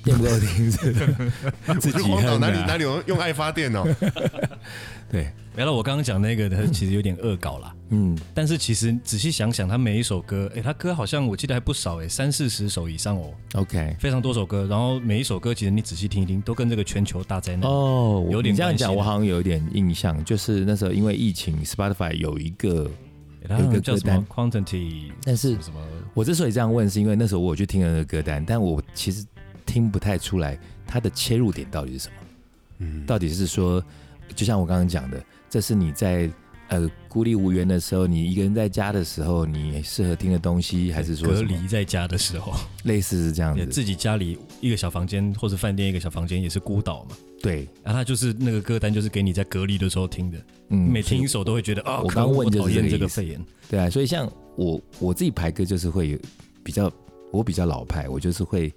Speaker 2: 电不够听是吧自
Speaker 3: 我去
Speaker 2: 己
Speaker 3: 荒岛
Speaker 2: 哼的
Speaker 3: 哪
Speaker 2: 啊
Speaker 3: 里哪里有用爱发 电哦？
Speaker 2: 对，
Speaker 1: 原来我刚刚讲那个，它其实有点恶搞啦。
Speaker 2: 嗯，
Speaker 1: 但是其实仔细想想，他每一首歌，哎，他歌好像我记得还不少，哎，三四十首以上哦，
Speaker 2: OK，
Speaker 1: 非常多首歌。然后每一首歌，其实你仔细听一听，都跟这个全球大灾难
Speaker 2: 哦，我
Speaker 1: 嗯有点
Speaker 2: 你这样讲，
Speaker 1: 关系的
Speaker 2: 我好像有一点印象，就是那时候因为疫情，Spotify 有一个，
Speaker 1: 诶它
Speaker 2: 有一个
Speaker 1: 叫
Speaker 2: 歌
Speaker 1: 什么
Speaker 2: 单
Speaker 1: quantity
Speaker 2: 但是
Speaker 1: 什么什么，
Speaker 2: 我之所以这样问，是因为那时候我有去听了那个歌单，但我其实听不太出来它的切入点到底是什么。
Speaker 3: 嗯，
Speaker 2: 到底是说，就像我刚刚讲的，这是你在呃孤立无援的时候，你一个人在家的时候，你适合听的东西，还是说
Speaker 1: 隔
Speaker 2: 什么
Speaker 1: 离在家的时候，
Speaker 2: 类似是这样
Speaker 1: 对
Speaker 2: 子？
Speaker 1: 自己家里一个小房间或者饭店一个小房间也是孤岛嘛，
Speaker 2: 对，
Speaker 1: 然后他就是那个歌单就是给你在隔离的时候听的，
Speaker 2: 嗯，
Speaker 1: 每听一首都会觉得啊，
Speaker 2: 我
Speaker 1: 可恶
Speaker 2: 刚问就是
Speaker 1: 我讨厌
Speaker 2: 这
Speaker 1: 这
Speaker 2: 个
Speaker 1: 个
Speaker 2: 意思
Speaker 1: 肺炎，
Speaker 2: 对啊，所以像我我自己排歌就是会有比较，我比较老派，我就是会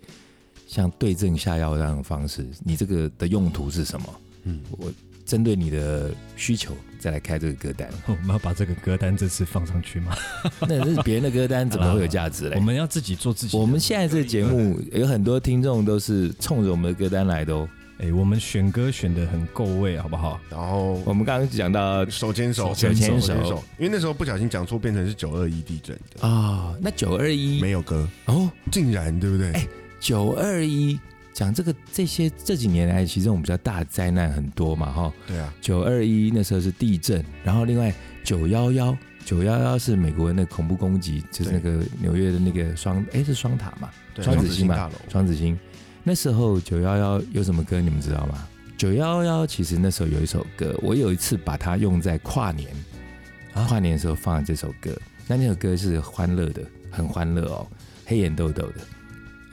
Speaker 2: 像对症下药那种方式。你这个的用途是什么？
Speaker 3: 嗯，
Speaker 2: 我针对你的需求再来开这个歌单。
Speaker 1: 我们要把这个歌单这次放上去吗？
Speaker 2: 那是别人的歌单，怎么会有价值嘞
Speaker 1: 我？们要自己做自己的。
Speaker 2: 我们现在这个节目有很多听众都是冲着我们的歌单来的哦。
Speaker 1: 哎，我们选歌选的很够味，好不好？
Speaker 3: 然后
Speaker 2: 我们刚刚讲到啊、
Speaker 3: 手牵手，
Speaker 4: 手牵手
Speaker 3: 手牵手，因为那时候不小心讲错，变成是九二一地震的，
Speaker 2: 啊那九二一哎
Speaker 3: 没有歌，
Speaker 2: 哦，
Speaker 3: 竟然对不对？
Speaker 2: 九二一讲这个这些这几年来，其实我们比较大的灾难很多嘛，哈。
Speaker 3: 对啊，
Speaker 2: 九二一那时候是地震，然后另外九幺幺，九幺幺是美国那个恐怖攻击，就是那个纽约的那个双，哎是双塔嘛，
Speaker 3: 对
Speaker 2: 双子
Speaker 3: 子
Speaker 2: 星
Speaker 3: 星
Speaker 2: 嘛
Speaker 3: 大楼，
Speaker 2: 双子星。那时候九幺幺有什么歌你们知道吗？九幺幺其实那时候有一首歌，我有一次把它用在跨年，
Speaker 1: 啊
Speaker 2: 跨年的时候放了这首歌。那那首歌是欢乐的，很欢乐哦，黑眼豆豆的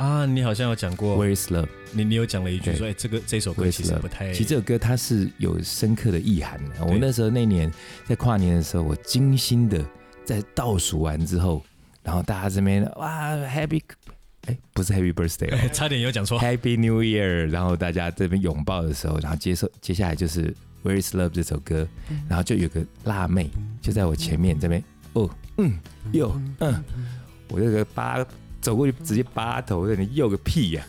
Speaker 1: 啊，你好像有讲
Speaker 2: 《
Speaker 1: 过，
Speaker 2: Where's Love》。
Speaker 1: 你你有讲了一句
Speaker 2: 对
Speaker 1: 说，哎，这个这首
Speaker 2: 我
Speaker 1: 歌
Speaker 2: 也
Speaker 1: 其
Speaker 2: 知
Speaker 1: 实
Speaker 2: 道
Speaker 1: 不太，
Speaker 2: 其实这首歌它是有深刻的意涵的。我
Speaker 1: 哎对
Speaker 2: 那时候那年在跨年的时候，我精心的在倒数完之后，然后大家这边哇 Happy，哎不是 Happy Birthday 哦
Speaker 1: 哎 差点有讲错。
Speaker 2: ，Happy New Year，然后大家这边拥抱的时候，然后接受接下来就是 Where Is Love 这首歌，然后就有个辣妹就在我前面这边哦嗯哟嗯，我这个扒走过去直接扒头，你右个屁呀、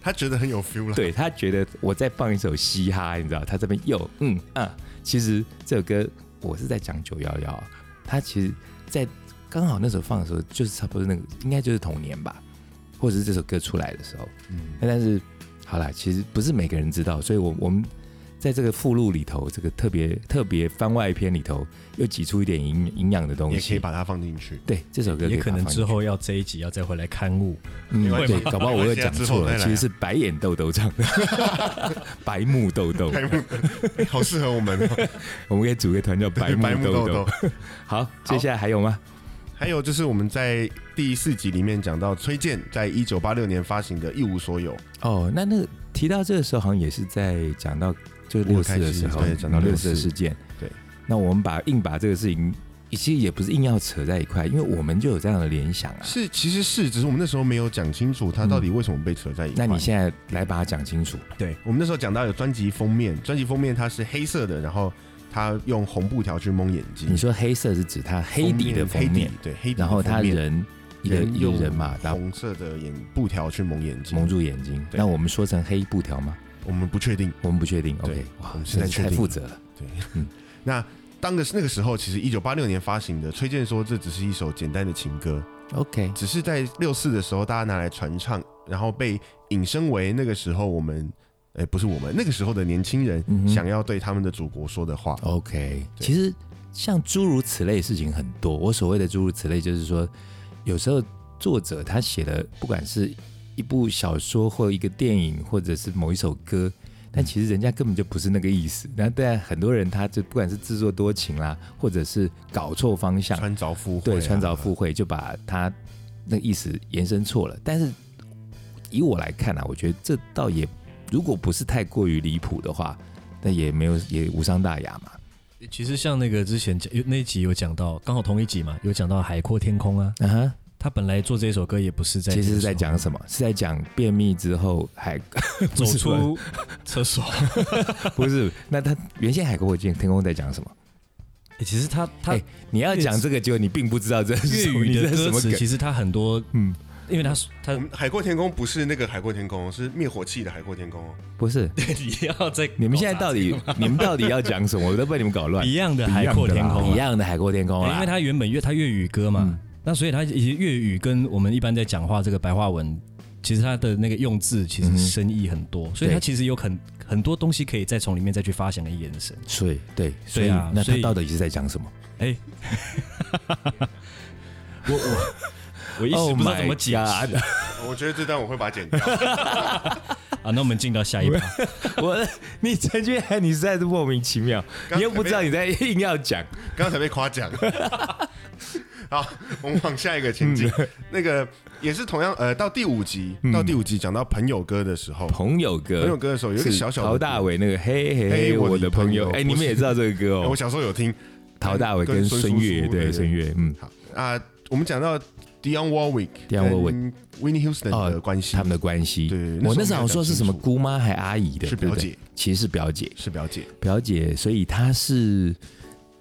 Speaker 3: 他觉得很有 feel 了，
Speaker 2: 对他觉得我在放一首嘻哈，你知道，他这边又嗯啊，其实这首歌我是在讲九幺幺，他其实在刚好那时候放的时候，就是差不多那个应该就是同年吧，或者是这首歌出来的时候，
Speaker 3: 嗯，
Speaker 2: 那但是好啦，其实不是每个人知道，所以我我们在这个附录里头，这个特别特别番外篇里头，又挤出一点营营养的东
Speaker 3: 也可以
Speaker 2: 西。
Speaker 3: 把它放进去。
Speaker 2: 对， 这首歌
Speaker 1: 也
Speaker 2: 以
Speaker 1: 可
Speaker 2: 把它
Speaker 1: 能
Speaker 2: 放进
Speaker 1: 之
Speaker 2: 去
Speaker 1: 后要这一集要再回来刊物，
Speaker 2: 嗯，
Speaker 3: 关系
Speaker 2: 对，搞不好我又讲 错
Speaker 3: 没关系啊之后再
Speaker 2: 了，
Speaker 3: 来啊
Speaker 2: 其实是白眼豆豆唱的， 白目豆豆，
Speaker 3: 白木， 哎好适合我们哦
Speaker 2: 我们可以组个团叫白目
Speaker 3: 白木
Speaker 2: 豆
Speaker 3: 豆
Speaker 2: 豆
Speaker 3: 豆。。
Speaker 2: 好，接下来还有吗？
Speaker 3: 还有就是我们在第四集里面讲到崔健在一九八六年发行的《一无所有》，
Speaker 2: 哦，那那个提到这个时候，好像也是在讲到就是六四的时候，
Speaker 3: 我很开心对讲到
Speaker 2: 六
Speaker 3: 六
Speaker 2: 四
Speaker 3: 四
Speaker 2: 的事件。
Speaker 3: 对，
Speaker 2: 那我们把硬把这个事情，其实也不是硬要扯在一块，因为我们就有这样的联想啊。
Speaker 3: 是其实是，只是我们那时候没有讲清楚他到底为什么被扯在一块。
Speaker 2: 那你现在来把它讲清楚。
Speaker 3: 我们那时候讲到有专辑封面，专辑封面它是黑色的，然后他用红布条去蒙眼睛
Speaker 2: 你，说黑色是指它黑底的封
Speaker 3: 黑底
Speaker 2: 面，
Speaker 3: 对黑嗯底的封面，
Speaker 2: 然后他人一个一个
Speaker 3: 用
Speaker 2: 人嘛，然后
Speaker 3: 红色的眼布条去蒙眼睛，
Speaker 2: 蒙住眼睛。
Speaker 3: 对
Speaker 2: 那我们说成黑布条吗？
Speaker 3: 我们不确定。
Speaker 2: 我们不确定。
Speaker 3: 对
Speaker 2: OK，哇
Speaker 3: 我，们
Speaker 2: 真
Speaker 3: 现在
Speaker 2: 的
Speaker 3: 确
Speaker 2: 太
Speaker 3: 定
Speaker 2: 负责了。
Speaker 3: 那当个那个时候，其实一九八六年发行的，崔健说这只是一首简单的情歌，
Speaker 2: OK，
Speaker 3: 只是在六四的时候大家拿来传唱，然后被引申为那个时候我们，哎、不是我们那个时候的年轻人
Speaker 2: 嗯哼哦
Speaker 3: 想要对他们的祖国说的话。
Speaker 2: OK，
Speaker 3: 对
Speaker 2: 其实像诸如此类的事情很多。我所谓的诸如此类，就是说，有时候作者他写的，不管是一部小说或一个电影，或者是某一首歌，但嗯其实人家根本就不是那个意思。那但很多人他就不管是自作多情啦，或者是搞错方向，
Speaker 3: 穿凿附会、啊
Speaker 2: 对，穿凿附会啊就把他那意思延伸错了。但是以我来看啊，我觉得这倒也，如果不是太过于离谱的话，那也没有也无伤大雅嘛。
Speaker 1: 其实像那个之前讲有那一集有讲到，刚好同一集嘛，有讲到海阔天空啊，
Speaker 2: 啊哈，
Speaker 1: 他本来做这首歌也不是在这个
Speaker 2: 其
Speaker 1: 时
Speaker 2: 实
Speaker 1: 候，
Speaker 2: 是在讲什么？是在讲便秘之后 海，
Speaker 1: 走
Speaker 2: 不是
Speaker 1: 出厕 所。
Speaker 2: 不是？那他原先海阔天空在讲什么？
Speaker 1: 哎其实他他
Speaker 2: 哎你要讲这个，结果你并不知道这是
Speaker 1: 粤
Speaker 2: 什么
Speaker 1: 语的
Speaker 2: 你这是
Speaker 1: 歌
Speaker 2: 什么
Speaker 1: 词，
Speaker 2: 梗
Speaker 1: 其实他很多，嗯，
Speaker 2: 嗯
Speaker 1: 因为他他
Speaker 3: 我们嗯海阔天空不是那个海阔天空，是灭火器的海阔天空哦。
Speaker 2: 不是？
Speaker 1: 你要在
Speaker 2: 你们现在到底 你们到底要讲什么？我都被你们搞乱。
Speaker 1: 一样的海阔天空
Speaker 2: 一
Speaker 1: 啊，
Speaker 2: 样的嗯海阔天空
Speaker 1: 对
Speaker 2: 啦，
Speaker 1: 因为他原本粤他粤语歌嘛，那所以他其实粤语跟我们一般在讲话这个白话文，其实他的那个用字其
Speaker 2: 嗯哼
Speaker 1: 实深意很多，所以
Speaker 2: 对
Speaker 1: 他其实有很很多东西可以再从里面再去发想跟延伸。
Speaker 2: 所以对，所以
Speaker 1: 对啊
Speaker 2: 那
Speaker 1: 所
Speaker 2: 他
Speaker 1: 以
Speaker 2: 到底是在讲什么？
Speaker 1: 哎，我我我一
Speaker 2: Oh
Speaker 1: 哦时不知道怎么
Speaker 2: my
Speaker 1: 解释。
Speaker 2: God
Speaker 3: 我觉得这段我会把它剪掉。
Speaker 1: 啊，那我们进到下一趴。
Speaker 2: 我 你陈俊翰，你实在是莫名其妙，
Speaker 3: 刚
Speaker 2: 你又不知道你在硬要讲，
Speaker 3: 刚才被夸奖。 好，我们往下一个前进。
Speaker 2: 嗯
Speaker 3: 那个也是同样，呃，到第五集，到第五集讲到朋友歌的时候，
Speaker 2: 朋友
Speaker 3: 朋友
Speaker 2: 歌
Speaker 3: 歌的时候有一个
Speaker 2: 是
Speaker 3: 小小的
Speaker 2: 陶大伟那个嘿嘿
Speaker 3: 嘿
Speaker 2: 嘿，
Speaker 3: 我的
Speaker 2: 我的朋友
Speaker 3: 朋，友
Speaker 2: 哎，
Speaker 3: 不
Speaker 2: 你们
Speaker 3: 是
Speaker 2: 也知道这个歌
Speaker 3: 哎我
Speaker 2: 哦，
Speaker 3: 小时候有听
Speaker 2: 陶大伟跟
Speaker 3: 跟孙
Speaker 2: 孙
Speaker 3: 叔
Speaker 2: 悦，
Speaker 3: 叔
Speaker 2: 对
Speaker 3: 对
Speaker 2: 孙悦，嗯，
Speaker 3: 好啊。我们讲到 Dion Warwick、
Speaker 2: Dionne Warwick、哦
Speaker 3: Winnie Houston 的关系
Speaker 2: 他，们的关系，
Speaker 3: 对那时候
Speaker 2: 我那时候好像说是什么
Speaker 3: 没有讲清楚
Speaker 2: 姑妈还阿姨的，
Speaker 3: 是
Speaker 2: 对不
Speaker 3: 表
Speaker 2: 对
Speaker 3: 姐，
Speaker 2: 其实是表姐，
Speaker 3: 是表姐。
Speaker 2: 表姐，所以她是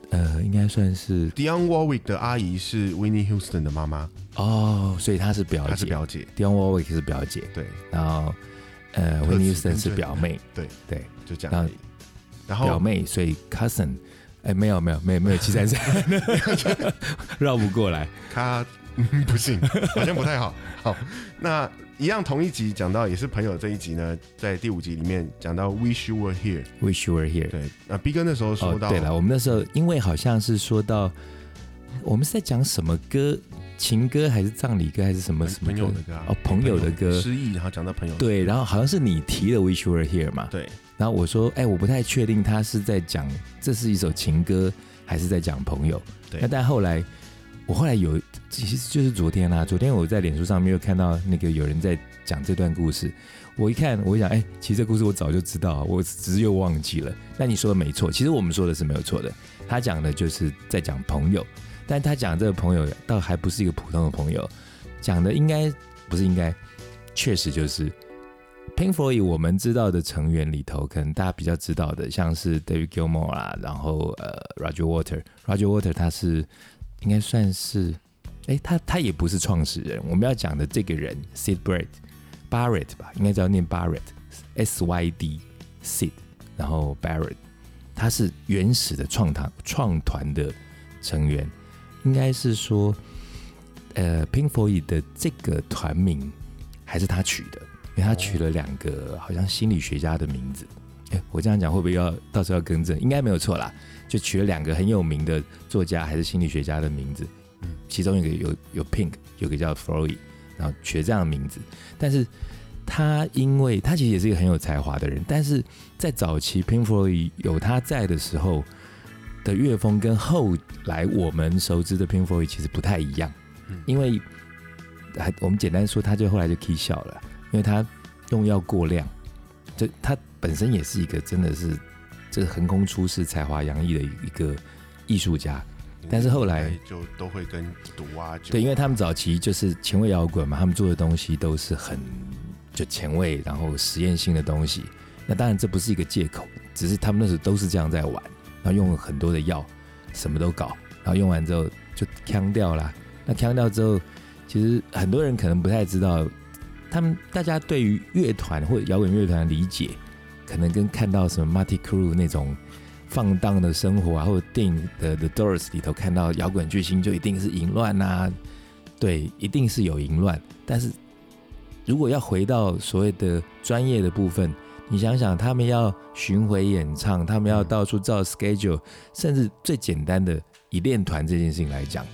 Speaker 2: 呃，应该算是
Speaker 3: Dion Warwick 的阿姨是 Winnie Houston 的妈妈，
Speaker 2: 哦，所以她是表
Speaker 3: 她是
Speaker 2: 姐
Speaker 3: 表姐。
Speaker 2: ，Dion Warwick 是表姐，
Speaker 3: 对，
Speaker 2: 然后呃
Speaker 3: 特
Speaker 2: ，Whitney
Speaker 3: 此更
Speaker 2: Houston 是
Speaker 3: 正
Speaker 2: 表妹，
Speaker 3: 对
Speaker 2: 对，
Speaker 3: 就这
Speaker 2: 那
Speaker 3: 样而已。然
Speaker 2: 表
Speaker 3: 后
Speaker 2: 妹，所以 cousin，哎，没有没有没有没有七 三三， 绕不过来，
Speaker 3: 他、嗯、 不信，好像不太好。 好，那一样同一集讲到也是朋友这一集呢，在第五集里面讲到 Wish You Were Here。
Speaker 2: Wish you were here。
Speaker 3: 对，那 B 哥那时候说
Speaker 2: 哦
Speaker 3: 到，，
Speaker 2: 对了，我们那时候因为好像是说到，我们是在讲什么歌，情歌还是葬礼歌还是什么
Speaker 3: 朋
Speaker 2: 什么
Speaker 3: 朋友的歌啊
Speaker 2: 哦，朋友的歌。
Speaker 3: 失忆，然后讲到朋友，
Speaker 2: 对，然后好像是你提了《Wish You Were Here》嘛，
Speaker 3: 对，
Speaker 2: 然后我说，哎，我不太确定他是在讲这是一首情歌，还是在讲朋友。
Speaker 3: 对
Speaker 2: 那但后来，我后来有，其实就是昨天啦、昨天我在脸书上面又看到那个有人在讲这段故事，我一看，我一想，哎，其实这故事我早就知道啊，我只是又忘记了。那你说的没错，其实我们说的是没有错的，他讲的就是在讲朋友，但他讲这个朋友倒还不是一个普通的朋友，讲的应该不是应该，确实就是。Pink Floyd 我们知道的成员里头，可能大家比较知道的，像是 David Gilmour 啊，然后呃 Roger Water，Roger Water 他是应该算是，哎，他他也不是创始人。我们要讲的这个人 Sid Barrett Barrett 吧，应该叫念 Barrett，S Y D Sid，然后 Barrett，他是原始的创团创团的成员，应该是说，呃，Pink Floyd 的这个团名还是他取的。因为他取了两个好像心理学家的名字。哎，我这样讲会不会要到时候要更正？应该没有错啦，就取了两个很有名的作家还是心理学家的名字。嗯，其中一个有有 Pink，有个叫 Freud，然后取了这样的名字。但是他因为他其实也是一个很有才华的人，但是在早期 Pink Floyd 有他在的时候的乐风跟后来我们熟知的 Pink Floyd 其实不太一样，
Speaker 3: 嗯
Speaker 2: 因为还我们简单说，他就后来就 K 笑了。因为他用药过量，这他本身也是一个真的是这横空出世、才华洋溢的一个艺术家。但是后来
Speaker 3: 就都会跟赌啊，酒啊
Speaker 2: 对，因为他们早期就是前卫摇滚嘛，他们做的东西都是很就前卫，然后实验性的东西。那当然这不是一个借口，只是他们那时候都是这样在玩，然后用了很多的药，什么都搞，然后用完之后就腔掉啦。那腔掉之后，其实很多人可能不太知道，他们大家对于乐团或者摇滚乐团的理解，可能跟看到什么 Marty Crew 那种放荡的生活啊，或者电影的 The Doors 里头看到摇滚巨星就一定是淫乱啊，对，一定是有淫乱。但是如果要回到所谓的专业的部分，你想想，他们要巡回演唱，他们要到处照 schedule，甚至最简单的以练团这件事情来讲，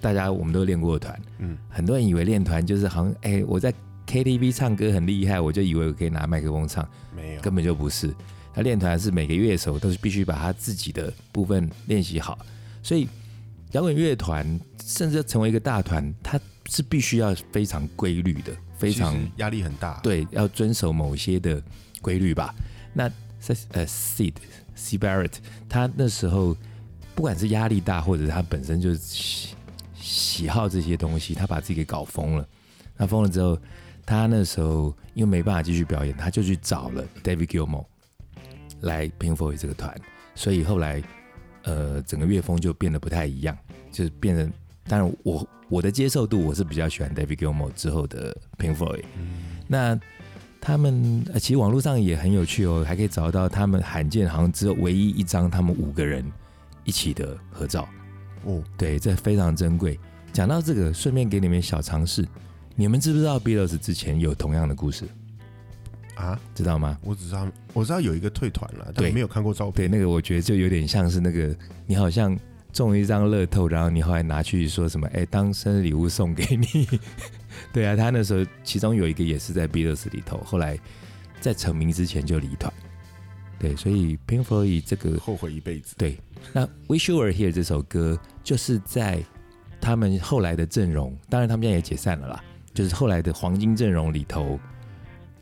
Speaker 2: 大家我们都练过团，
Speaker 3: 嗯，
Speaker 2: 很多人以为练团就是好像，哎、我在 KTV 唱歌很厉害，我就以为我可以拿麦克风唱。
Speaker 3: 没有
Speaker 2: 根本就不是。他练团是每个乐手都是必须把他自己的部分练习好，所以摇滚乐团甚至要成为一个大团，它是必须要非常规律的，非常
Speaker 3: 其实压力很大，，
Speaker 2: 对，要遵守某些的规律吧。那呃，Sid C Barrett，他那时候不管是压力大，或者是他本身就是喜喜好这些东西，他把自己给搞疯了。那疯了之后，他那时候因为没办法继续表演，他就去找了 David Gilmour 来 Pink Floyd 这个团，所以后来呃，整个乐风就变得不太一样，就是变得。当然我，我的接受度我是比较喜欢 David Gilmour 之后的 Pink Floyd，那他们呃，其实网络上也很有趣哦，还可以找到他们罕见，好像只有唯一一张他们五个人一起的合照。
Speaker 3: 哦，
Speaker 2: 对，这非常珍贵。讲到这个，顺便给你们小尝试，你们知不知道 Beatles 之前有同样的故事？
Speaker 3: 啊，
Speaker 2: 知道吗？
Speaker 3: 我只知道我知道有一个退团了，
Speaker 2: 对
Speaker 3: 但没有看过照
Speaker 2: 对，
Speaker 3: 片，
Speaker 2: 那个我觉得就有点像是那个，你好像中了一张乐透，然后你后来拿去说什么，哎，当生日礼物 送给你。对啊，他那时候其中有一个也是在 Beatles 里头，后来在成名之前就离团。对，所以 Pink Floyd 这个
Speaker 3: 后悔一辈子。
Speaker 2: 对，那《Wish You Were Here》这首歌就是在他们后来的阵容，当然他们现在也解散了啦，就是后来的黄金阵容里头，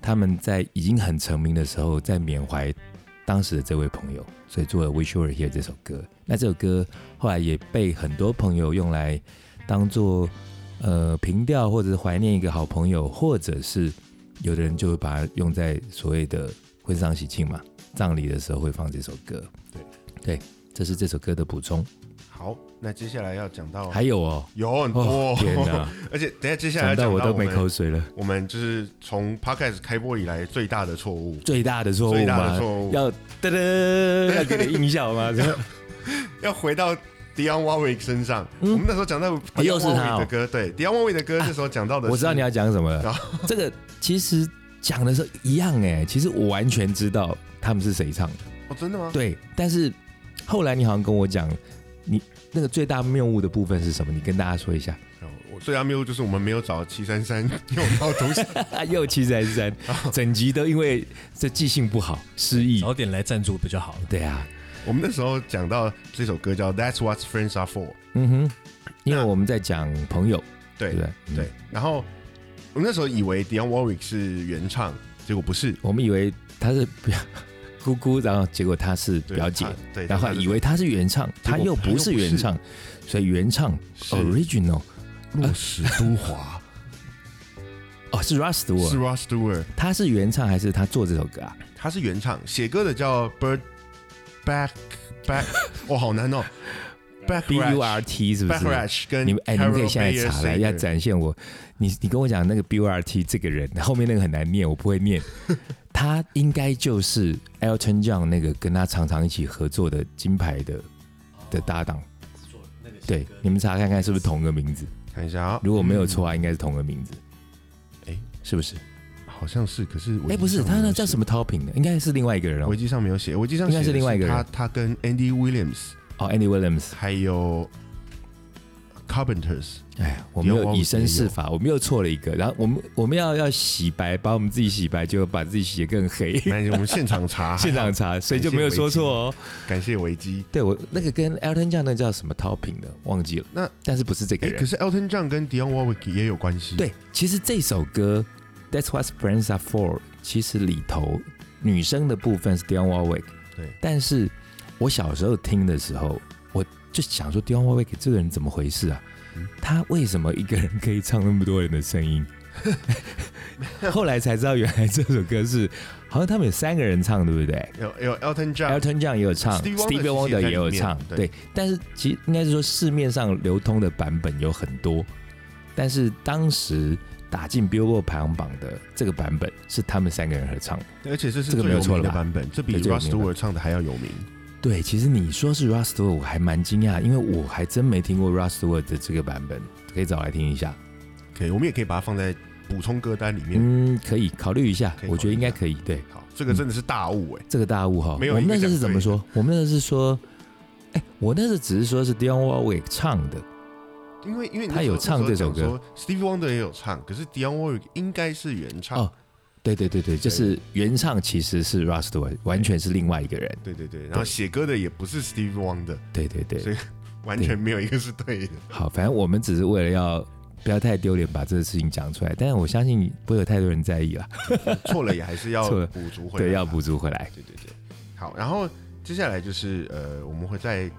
Speaker 2: 他们在已经很成名的时候，在缅怀当时的这位朋友，所以做了《Wish You Were Here》这首歌。那这首歌后来也被很多朋友用来当做呃凭吊，或者是怀念一个好朋友，或者是有的人就会把它用在所谓的婚丧喜庆嘛。葬礼的时候会放这首歌，这是这首歌的补充。
Speaker 3: 好，那接下来要讲到
Speaker 2: 还有哦，
Speaker 3: 有很
Speaker 2: 哦
Speaker 3: 多，
Speaker 2: 天 哪，
Speaker 3: 而且等一下接下
Speaker 2: 讲
Speaker 3: 来要
Speaker 2: 到
Speaker 3: 讲
Speaker 2: 我都没
Speaker 3: 们
Speaker 2: 口水了。
Speaker 3: 我们就是从 podcast 开播以来最大的 错误，
Speaker 2: 最大的错误
Speaker 3: 最大
Speaker 2: 吗
Speaker 3: 的？错误
Speaker 2: 要 噔噔，要给你音效吗？怎么
Speaker 3: 要回到 Dion Warwick 身上。
Speaker 2: 嗯
Speaker 3: 我们那时候讲到 Dion
Speaker 2: 又是他
Speaker 3: Warwick
Speaker 2: 哦啊
Speaker 3: 的歌，对 Dion Warwick 的歌，那时候讲到的是，哦
Speaker 2: 我知道你要讲什么了。这个其实讲的时候一样哎，其实我完全知道他们是谁唱的。
Speaker 3: 哦，真的吗？
Speaker 2: 对，但是后来你好像跟我讲，你那个最大谬误的部分是什么？你跟大家说一下。
Speaker 3: 哦我最大谬误就是我们没有找七三三用到 东西，
Speaker 2: 又七三三，
Speaker 3: 哦
Speaker 2: 整集都因为这记性不好失忆。
Speaker 1: 早点来赞助不就好了？
Speaker 2: 对啊，
Speaker 3: 我们那时候讲到这首歌叫 That's What Friends Are For，
Speaker 2: 嗯哼，因为我们在讲朋友，
Speaker 3: 对
Speaker 2: 对嗯不对？
Speaker 3: 对，然后我们那时候以为 Dion Warwick 是原唱，结果不是，
Speaker 2: 我们以为她是 表姑姑，然后结果她是
Speaker 3: 对
Speaker 2: 表姐
Speaker 3: 他，对，
Speaker 2: 然后还
Speaker 3: 他
Speaker 2: 以为她是原唱，她又不是原唱，所以原唱
Speaker 3: 是啊
Speaker 2: original
Speaker 3: 落实都华
Speaker 2: 哦是 Rust
Speaker 3: 是
Speaker 2: Stewart，
Speaker 3: Ross Stewart，
Speaker 2: 她是原唱还是她做这首歌啊？
Speaker 3: 他是原唱，写歌的叫 Bird Back Back，哦，好难 哦，Back
Speaker 2: B U R T 是不
Speaker 3: Back
Speaker 2: 是？
Speaker 3: Rash 跟
Speaker 2: 你们哎，你们可以
Speaker 3: Carol
Speaker 2: 现在
Speaker 3: Bayer
Speaker 2: 查来，要
Speaker 3: Singer
Speaker 2: 展现我。你你跟我讲那个 B U R T 这个人，后面那个很难念，我不会 念。他应该就是 Elton John 那个跟他常常一起合作的金牌的的搭档。对，你们查看看是不是同个名字？
Speaker 3: 看一下啊，
Speaker 2: 如果没有错啊，应该是同个名字。
Speaker 3: 哎
Speaker 2: 是不是？
Speaker 3: 嗯好像是，可是
Speaker 2: 哎，不是，他那叫什
Speaker 3: 么？
Speaker 2: 么 Topping 的，应该是另外一个人哦
Speaker 3: 维。基上没有写，维基上写
Speaker 2: 应
Speaker 3: 的
Speaker 2: 该是另外一个人
Speaker 3: 他他跟 Andy Williams
Speaker 2: 哦，Andy Williams。
Speaker 3: 还有 Carpenters，
Speaker 2: 哎呀，我们
Speaker 3: 有
Speaker 2: 又
Speaker 3: 啊
Speaker 2: 以身试法，我们又错了一个。然后我们我们要要洗白，把我们自己洗白，就把自己洗得更黑。
Speaker 3: 那我们现场 查，
Speaker 2: 现场查，所以就没有说错哦。
Speaker 3: 感谢维基。
Speaker 2: 对我那个跟 Elton John 那叫什么 Topping 的，忘记了。
Speaker 3: 那
Speaker 2: 但是不是这个
Speaker 3: 哎，可
Speaker 2: 人？
Speaker 3: 是 Elton John 跟 Dion Warwick 也有关系，，
Speaker 2: 对，其实这首歌 That's What Friends Are For，其实里头女生的部分是 Dion Warwick。
Speaker 3: 对，
Speaker 2: 但是我小时候听的时候，我就想说 Dion Warwick 这个人怎么回事啊
Speaker 3: 嗯？
Speaker 2: 他为什么一个人可以唱那么多人的声音？ 后来才知道，原来这首歌是好像他们有三个人唱，对不对？
Speaker 3: 有有 Elton John，
Speaker 2: Elton John 也有唱
Speaker 3: 啊 Stevie
Speaker 2: ，Stevie
Speaker 3: Wonder 其
Speaker 2: Wonder
Speaker 3: 实也在
Speaker 2: 也有
Speaker 3: 里面
Speaker 2: 唱，
Speaker 3: 对
Speaker 2: 对。但是其实应该是说市面上流通的版本有很多，但是当时打进 Billboard 排行榜的这个版本是他们三个人合唱的。
Speaker 3: 而且这是
Speaker 2: 这个
Speaker 3: 最
Speaker 2: 没有
Speaker 3: 有
Speaker 2: 错了
Speaker 3: 名的
Speaker 2: 吧
Speaker 3: 版本，这比
Speaker 2: 对最有
Speaker 3: Ross
Speaker 2: 名的
Speaker 3: Stewart 唱的还要有名。
Speaker 2: 对，其实你说是 Rust Stewart，我还蛮惊讶，因为我还真没听过 Rust Stewart 的这个版本，可以找来听一下。
Speaker 3: 可以，我们也可以把它放在补充歌单里面。
Speaker 2: 嗯，可以考虑一下
Speaker 3: 可以考虑一，下
Speaker 2: 我觉得应该可以。对，
Speaker 3: 好，这个真的是大误哎，
Speaker 2: 这个大雾哈，
Speaker 3: 没
Speaker 2: 我
Speaker 3: 有
Speaker 2: 们
Speaker 3: 一个
Speaker 2: 那时候是
Speaker 3: 讲
Speaker 2: 怎
Speaker 3: 对
Speaker 2: 么说？我们那时候是说，哎，我那时候只是说是 Dion Warwick 唱的，
Speaker 3: 因为因为你
Speaker 2: 他有唱这首歌
Speaker 3: 那时候讲说，Stevie Wonder 也有唱，可是 Dion Warwick 应该是原唱。
Speaker 2: 哦对对对对，就是原唱其实是 Rust Stewart，完全是另外一个人。
Speaker 3: 对对对，然后写歌的也不是 Stevie Wonder，
Speaker 2: 对对对
Speaker 3: 所以，完全没有一个是对的。
Speaker 2: 好，反正我们只是为了要不要太丢脸，把这个事情讲出来。但是我相信不会有太多人在意啦。
Speaker 3: 错了也还是要
Speaker 2: 错了
Speaker 3: 补足回来。
Speaker 2: 对，要补。足回来。
Speaker 3: 对对对。好，然后接下来就是呃，我们会在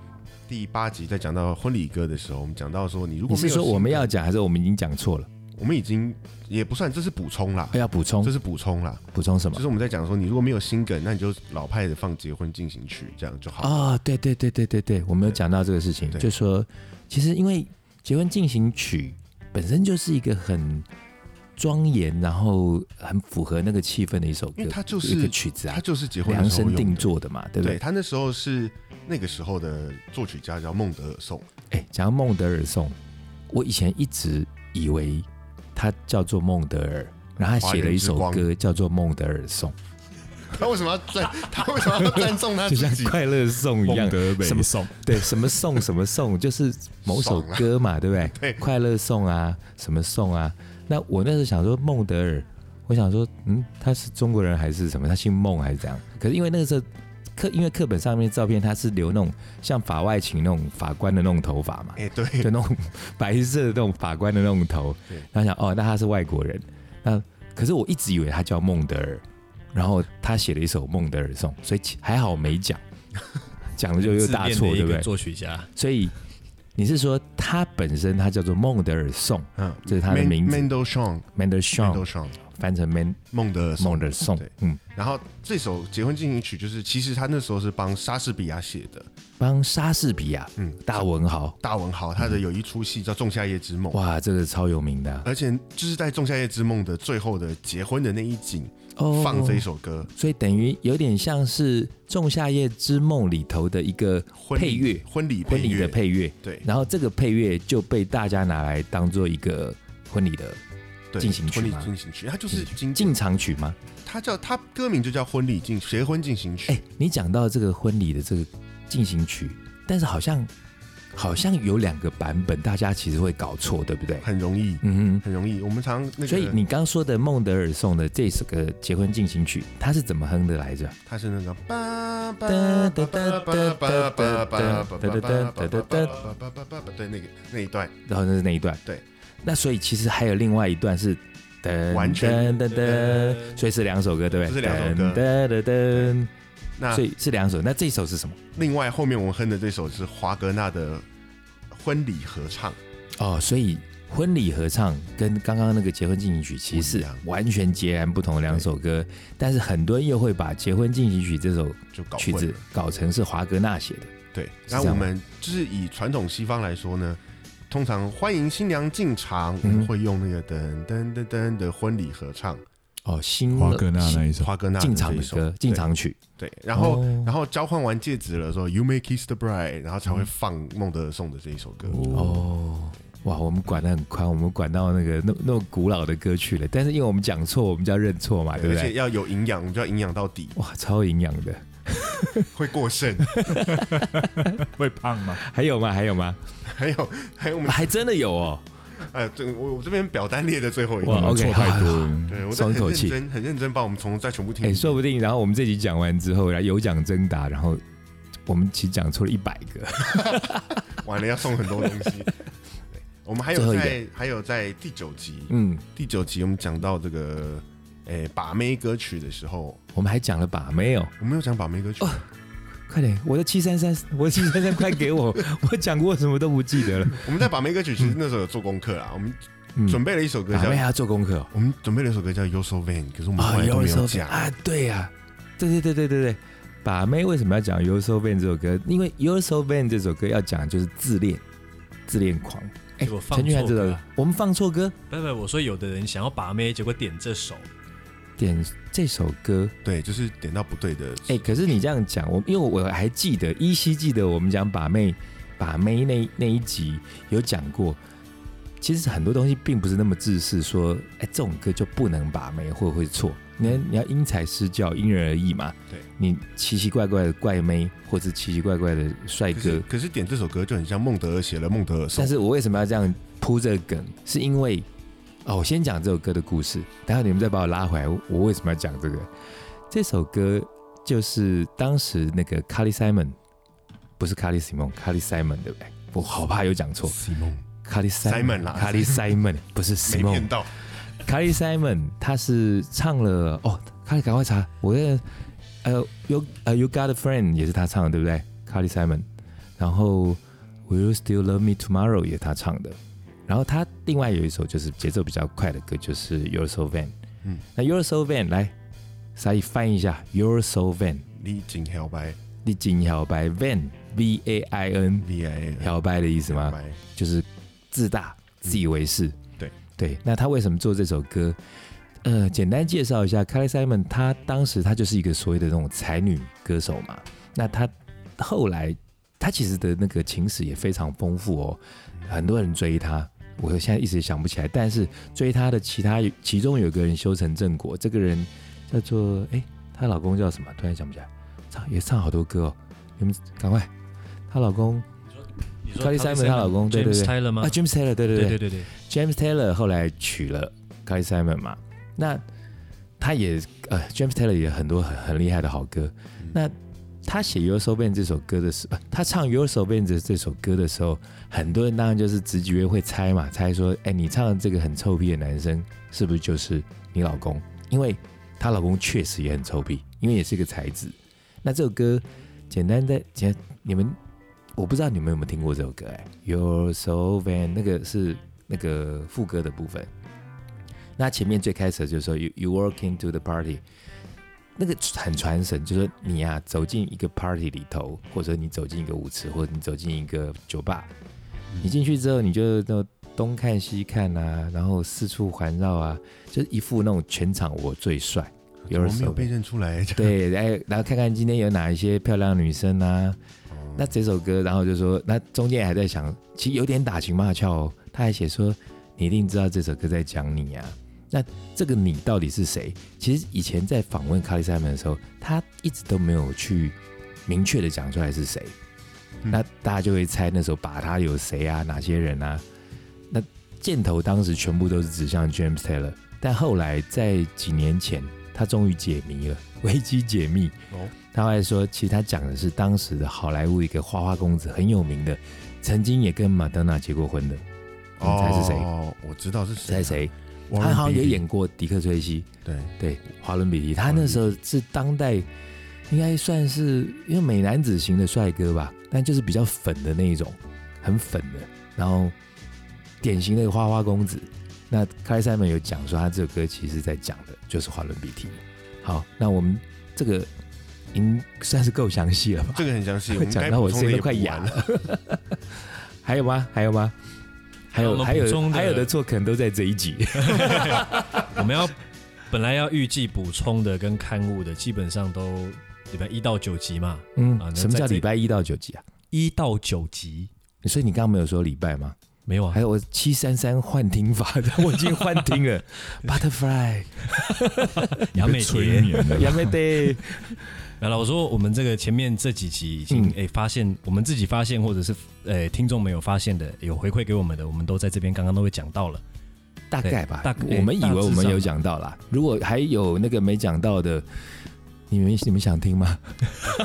Speaker 3: 第八集在讲到婚礼歌的时候，我们讲到说，你如
Speaker 2: 你
Speaker 3: 果没
Speaker 2: 是
Speaker 3: 有
Speaker 2: 说
Speaker 3: 新
Speaker 2: 我们
Speaker 3: 歌
Speaker 2: 要，讲，还是我们已经讲错了？
Speaker 3: 我们已经也不算，这是补充啦，
Speaker 2: 要补充嗯
Speaker 3: 这是补充啦，
Speaker 2: 补充什么
Speaker 3: 就？是我们在讲说，你如果没有新梗，那你就老派的放结婚进行曲这样就好。
Speaker 2: 啊、对对对对对对，我们有讲到这个事情，
Speaker 3: 对
Speaker 2: 就说其实因为结婚进行曲本身就是一个很庄严，然后很符合那个气氛的一首歌，
Speaker 3: 因为它就
Speaker 2: 一个
Speaker 3: 是
Speaker 2: 曲子啊
Speaker 3: 它，就是结婚的
Speaker 2: 量
Speaker 3: 时候
Speaker 2: 身
Speaker 3: 用
Speaker 2: 定
Speaker 3: 的。
Speaker 2: 做的嘛，对不
Speaker 3: 对
Speaker 2: 对？
Speaker 3: 他那时候是那个时候的作曲家叫孟德尔颂，
Speaker 2: 哎，讲到孟德尔颂，我以前一直以为他叫做孟德尔，然后他写了一首
Speaker 3: 华人之
Speaker 2: 歌叫做《孟德尔颂
Speaker 3: 他为什么要赞？他为什么要赞颂他》，
Speaker 2: 就
Speaker 3: 自
Speaker 2: 像
Speaker 3: 己？
Speaker 2: 快乐颂一样
Speaker 4: 孟，德北
Speaker 2: 什么
Speaker 4: 宋，
Speaker 2: 对，什么颂什么颂，就是某首歌嘛，对不对？
Speaker 3: 对
Speaker 2: 快乐颂啊，什么颂啊。那我那时候想说孟德尔，我我想说，嗯，他是中国人还是什么？他姓孟还是怎样？可是因为那个时候课，因为课本上面的照片他是留那种像法外情那种法官的那种头发嘛，
Speaker 3: 哎，对，
Speaker 2: 就那种白色的那种法官的那种头
Speaker 3: 对。
Speaker 2: 然后想，哦，那他是外国人。那可是我一直以为他叫孟德尔，然后他写了一首《孟德尔颂》，所以其还好没讲， 讲了就又
Speaker 1: 自
Speaker 2: 大
Speaker 1: 恋
Speaker 2: 错，
Speaker 1: 的
Speaker 2: 对
Speaker 1: 一
Speaker 2: 不
Speaker 1: 个
Speaker 2: 对？
Speaker 1: 作曲家，
Speaker 2: 所以你是说他本身他叫做孟德尔颂
Speaker 3: 嗯，
Speaker 2: 这是他的名字
Speaker 3: Mendel Song，
Speaker 2: （Mendelssohn），
Speaker 3: Mendelssohn，
Speaker 2: 翻成 Man
Speaker 3: 孟德尔颂
Speaker 2: 孟德尔颂
Speaker 3: 对。
Speaker 2: 嗯，
Speaker 3: 然后这首《结婚进行曲》就是，其实他那时候是帮莎士比亚写的，
Speaker 2: 帮莎士比亚，
Speaker 3: 嗯
Speaker 2: 嗯，大文豪，
Speaker 3: 大文豪他的有一出戏叫《仲夏夜之梦》，
Speaker 2: 哇，这个超有名的啊
Speaker 3: 而且就是在《仲夏夜之梦》的最后的结婚的那一景
Speaker 2: 哦
Speaker 3: 放这一首歌，
Speaker 2: 所以等于有点像是《仲夏夜之梦》里头的一个
Speaker 3: 婚礼
Speaker 2: 配乐
Speaker 3: 婚礼
Speaker 2: 婚礼的
Speaker 3: 乐，
Speaker 2: 配乐，
Speaker 3: 对
Speaker 2: 然后这个配乐就被大家拿来当做一个婚礼的
Speaker 3: 对，
Speaker 2: 进行曲
Speaker 3: 婚礼
Speaker 2: 吗
Speaker 3: 进行曲，它就是经
Speaker 2: 进场曲吗？
Speaker 3: 它叫它歌名就叫婚礼进结婚进行曲
Speaker 2: 哎，，你讲到这个婚礼的这个进行曲，但是好像好像有两个版本，大家其实会搞错，对不对？
Speaker 3: 很容易，
Speaker 2: 嗯哼。
Speaker 3: 很容易。我们常那
Speaker 2: 所以
Speaker 3: 个
Speaker 2: 你刚说的孟德尔颂的这首歌《结婚进行曲》，它是怎么哼的来着？
Speaker 3: 它是那个吧吧
Speaker 2: 哒
Speaker 3: 吧
Speaker 2: 哒
Speaker 3: 吧
Speaker 2: 哒
Speaker 3: 吧
Speaker 2: 哒
Speaker 3: 吧吧吧吧吧吧吧
Speaker 2: 哒哒哒哒
Speaker 3: 吧
Speaker 2: 哒哒
Speaker 3: 吧吧吧吧吧吧，对那个那一段，
Speaker 2: 然后那是那一段。
Speaker 3: 对，
Speaker 2: 那所以其实还有另外一段是噔
Speaker 3: 完全
Speaker 2: 噔噔噔，所以是两首歌，对不对？
Speaker 3: 这是两首歌啊
Speaker 2: 噔噔噔
Speaker 3: 那
Speaker 2: 噔，所以是两首。那这首是什么？
Speaker 3: 另外后面我们哼的这首是华格纳的婚礼合唱，
Speaker 2: 哦，所以婚礼合唱跟刚刚那个结婚进行曲其实
Speaker 3: 不
Speaker 2: 是
Speaker 3: 一样
Speaker 2: 完全截然不同的两首歌，但是很多人又会把结婚进行曲这首
Speaker 3: 就搞
Speaker 2: 曲
Speaker 3: 混
Speaker 2: 子
Speaker 3: 了。
Speaker 2: 搞成是华格纳写的。
Speaker 3: 对，
Speaker 2: 这
Speaker 3: 那
Speaker 2: 样
Speaker 3: 我
Speaker 2: 吗
Speaker 3: 们就是以传统西方来说呢，通常欢迎新娘进场，我
Speaker 2: 嗯
Speaker 3: 们会用那个噔噔噔噔的婚礼合唱，
Speaker 2: 哦，新
Speaker 4: 华格纳那一首，
Speaker 3: 华格纳
Speaker 2: 哦
Speaker 3: 的
Speaker 2: 进
Speaker 3: 这
Speaker 2: 场
Speaker 3: 一
Speaker 2: 的
Speaker 3: 首
Speaker 2: 歌，进场曲。
Speaker 3: 对，然后、
Speaker 2: 哦
Speaker 3: 然后交换完戒指了，说 You may kiss the bride，然后才会放孟德尔颂的这一首歌。
Speaker 2: 哦，哇，我们管得很宽，我们管到那个那那种古老的歌曲了。但是因为我们讲错，我们就要认错嘛，对
Speaker 3: 而
Speaker 2: 不
Speaker 3: 且
Speaker 2: 对？
Speaker 3: 要有营养，我们就要营养到底，
Speaker 2: 哇，超营养的。
Speaker 3: 会过剩。
Speaker 4: 会胖吗？
Speaker 2: 还有吗？还有吗？啊
Speaker 3: 还有还有我们
Speaker 2: 还真的有哦。
Speaker 3: 呃，这我我这边表单列的最后一
Speaker 2: 哇
Speaker 3: 个，
Speaker 4: 我们
Speaker 2: OK，
Speaker 4: 错哦太多
Speaker 2: 好
Speaker 4: 了。
Speaker 3: 对我在
Speaker 2: 松
Speaker 3: 很
Speaker 2: 一口
Speaker 3: 认
Speaker 2: 气
Speaker 3: 真很认真把我们从头再全部听
Speaker 2: 哎，
Speaker 3: 一遍。
Speaker 2: 说不定，然后我们这集讲完之后，然后有奖征答，然后我们其实讲错了一百个。
Speaker 3: 完了要送很多东 西。对我们还
Speaker 2: 最
Speaker 3: 有
Speaker 2: 后一个
Speaker 3: 在还有在第九集，
Speaker 2: 嗯，
Speaker 3: 第九集我们讲到这个诶把妹歌曲的时候，
Speaker 2: 我们还讲了把妹哦。
Speaker 3: 我们有讲把妹歌曲，
Speaker 2: 快点，我的七三三，我的七三三，快给 我！我讲过什么都不记得了。
Speaker 3: 我们在把妹歌曲其实那时候有做功课啦，我们
Speaker 2: 嗯，
Speaker 3: 准备了一首歌
Speaker 2: 把
Speaker 3: 叫
Speaker 2: 妹还要做功课哦。
Speaker 3: 我们准备了一首歌叫《y o So Van》，可是我们
Speaker 2: 啊
Speaker 3: 后来都没有
Speaker 2: Yoso
Speaker 3: 讲
Speaker 2: Van，啊，对呀、对对对对对对，把妹为什么要讲《y o So Van》这首歌？因为《y o So Van》这首歌要讲就是自恋，自恋狂。哎
Speaker 1: 结果，放
Speaker 2: 陈俊
Speaker 1: 错
Speaker 2: 翰知道
Speaker 1: 歌
Speaker 2: 的，我们放错歌，
Speaker 1: 不不，我说有的人想要把妹，结果点这首，
Speaker 2: 点这首歌。
Speaker 3: 对，就是点到不对的。
Speaker 2: 哎，可是你这样讲，我因为我还记得依稀记得我们讲把妹，把妹那那一集有讲过。其实很多东西并不是那么自私，说哎这种歌就不能把妹或者会错，你要你要因材施教，因人而异嘛。
Speaker 3: 对，
Speaker 2: 你奇奇怪怪的怪妹，或是奇奇怪怪的帅
Speaker 3: 可是
Speaker 2: 哎哥，
Speaker 3: 可是点这首歌就很像孟德尔写了孟德尔颂
Speaker 2: 但，是我为什么要这样铺这个梗？是因为哦，我先讲这首歌的故事，然后你们再把我拉回来，我我为什么要讲这个？这首歌就是当时那个 Carly Simon，不是 Carly Simon，Carly Simon 对不对？我好怕有讲错
Speaker 3: 西蒙
Speaker 2: ，Carly
Speaker 3: Simon 啦
Speaker 2: Simon，Carly Simon 不是
Speaker 3: 没
Speaker 2: Simon，
Speaker 3: 念到，
Speaker 2: 卡莉 Simon 他是唱了哦，卡莉赶快查，我的呃 You 呃 You Got a Friend 也是他唱的，对不对？卡莉 Simon，然后 Will You Still Love Me Tomorrow 也是他唱的，然后他另外有一首就是节奏比较快的歌，就是 Your So Van，
Speaker 3: 嗯
Speaker 2: 嗯，那 Your So Van 来，沙溢翻译一下 Your So Van，
Speaker 3: 历经摇摆
Speaker 2: 你紧摇摆 Van V A I N
Speaker 3: ，V I
Speaker 2: 摇摆的意思吗？
Speaker 3: 摆，
Speaker 2: 就是自大、自以为是。
Speaker 3: 对
Speaker 2: 对，那他为什么做这首歌？呃，简单介绍一下 c a l l y Simon，他当时他就是一个所谓的那种才女歌手嘛。那他后来他其实的那个情史也非常丰富哦，很多人追他，我现在一时想不起来。但是追他的其他其中有个人修成正果，这个人叫做哎，她老公叫什么？突然想不起来，唱也唱好多歌哦。你们赶快，她老公
Speaker 1: 你说
Speaker 2: Carly
Speaker 1: Carly
Speaker 2: Simon 她老公对对
Speaker 1: James
Speaker 2: 对
Speaker 1: Tyler 吗
Speaker 2: 啊？，James Taylor，对对对
Speaker 1: 对对对，
Speaker 2: James Taylor 后来娶了 Carly Simon 嘛，那他也呃，James Taylor 也很多很很厉害的好歌。那他写《Your So Band》这首歌的时候，呃他唱《Your So Band》这这首歌的时候，很多人当然就是直觉会猜嘛，猜说，哎，你唱的这个很臭屁的男生是不是就是你老公？因为她老公确实也很臭屁，因为也是个才子。那这首歌简单的简，你们我不知道你们有没有听过这首歌、哎，《Your So Band》那个是那个副歌的部分。那前面最开始就是说 you you walk into the party，那个很传神，就是说你呀、走进一个 party 里头，或者你走进一个舞池，或者你走进一个酒吧，你进去之后你就那种东看西看啊，然后四处环绕啊，就是一副那种全场我最帅。
Speaker 3: 我
Speaker 2: 有人
Speaker 3: 没有
Speaker 2: 手
Speaker 3: 被认出来，这样
Speaker 2: 对，哎，然后看看今天有哪一些漂亮女生啊。
Speaker 3: 哦
Speaker 2: 那这首歌，然后就说，那中间还在想，其实有点打情骂俏哦。他还写说，你一定知道这首歌在讲你啊。那这个你到底是谁？其实以前在访问卡里塞门的时候，他一直都没有去明确的讲出来是谁。
Speaker 3: 嗯
Speaker 2: 那大家就会猜那首把他有谁啊，哪些人啊？那箭头当时全部都是指向 James Taylor，但后来在几年前，他终于解谜了，危机解密。
Speaker 3: 哦
Speaker 2: 他还说，其实他讲的是当时的好莱坞一个花花公子，很有名的，曾经也跟马德娜结过婚的。你猜是谁？
Speaker 3: 哦，我知道是
Speaker 2: 猜？
Speaker 3: 谁，
Speaker 2: 谁？
Speaker 3: 他
Speaker 2: 他好像也演过迪克崔西，
Speaker 3: 对，
Speaker 2: 对，华伦比利。他那时候是当代应该算是因为美男子型的帅哥吧，但就是比较粉的那一种，很粉的，然后典型的花花公子。那开塞门有讲说，他这首歌其实在讲的就是华伦比提。好，那我们这个已经算是够详细了吧？
Speaker 3: 这个很详细，
Speaker 2: 会
Speaker 3: 们
Speaker 2: 讲
Speaker 3: 该
Speaker 2: 到我
Speaker 3: 补充
Speaker 2: 声
Speaker 3: 的
Speaker 2: 音
Speaker 3: 也
Speaker 2: 都快
Speaker 3: 补
Speaker 2: 哑
Speaker 3: 完了。
Speaker 2: 还有吗？还有吗？还
Speaker 1: 我
Speaker 2: 有
Speaker 1: 们
Speaker 2: 还
Speaker 1: 补
Speaker 2: 有
Speaker 1: 充的啊
Speaker 2: 还有的错可能都在这一 集。
Speaker 1: 我们要本来要预计补充的跟刊物的，基本上都礼拜一到九集嘛，
Speaker 2: 嗯
Speaker 1: 啊，那
Speaker 2: 什么叫
Speaker 1: 在这
Speaker 2: 礼拜一到九集啊？
Speaker 1: 一到九集
Speaker 2: 所以你刚刚没有说礼拜吗？
Speaker 1: 没有啊
Speaker 2: 还？有我七三三幻听法， 我已经幻听了。Butterfly，
Speaker 1: 杨
Speaker 4: 被
Speaker 1: 美
Speaker 4: 催
Speaker 1: 蝶，
Speaker 4: 眠了。
Speaker 2: 杨梅得，
Speaker 1: 然后我说我们这个前面这几集已经
Speaker 2: 嗯
Speaker 1: 哎、发现，我们自己发现或者是呃、听众没有发现的，有回馈给我们的，我们都在这边刚刚都会讲到了。
Speaker 2: 大概吧。
Speaker 1: 大概
Speaker 2: 我们以为我
Speaker 1: 大致
Speaker 2: 们
Speaker 1: 上
Speaker 2: 有讲到啦，如果还有那个没讲到的，你们你们想听吗？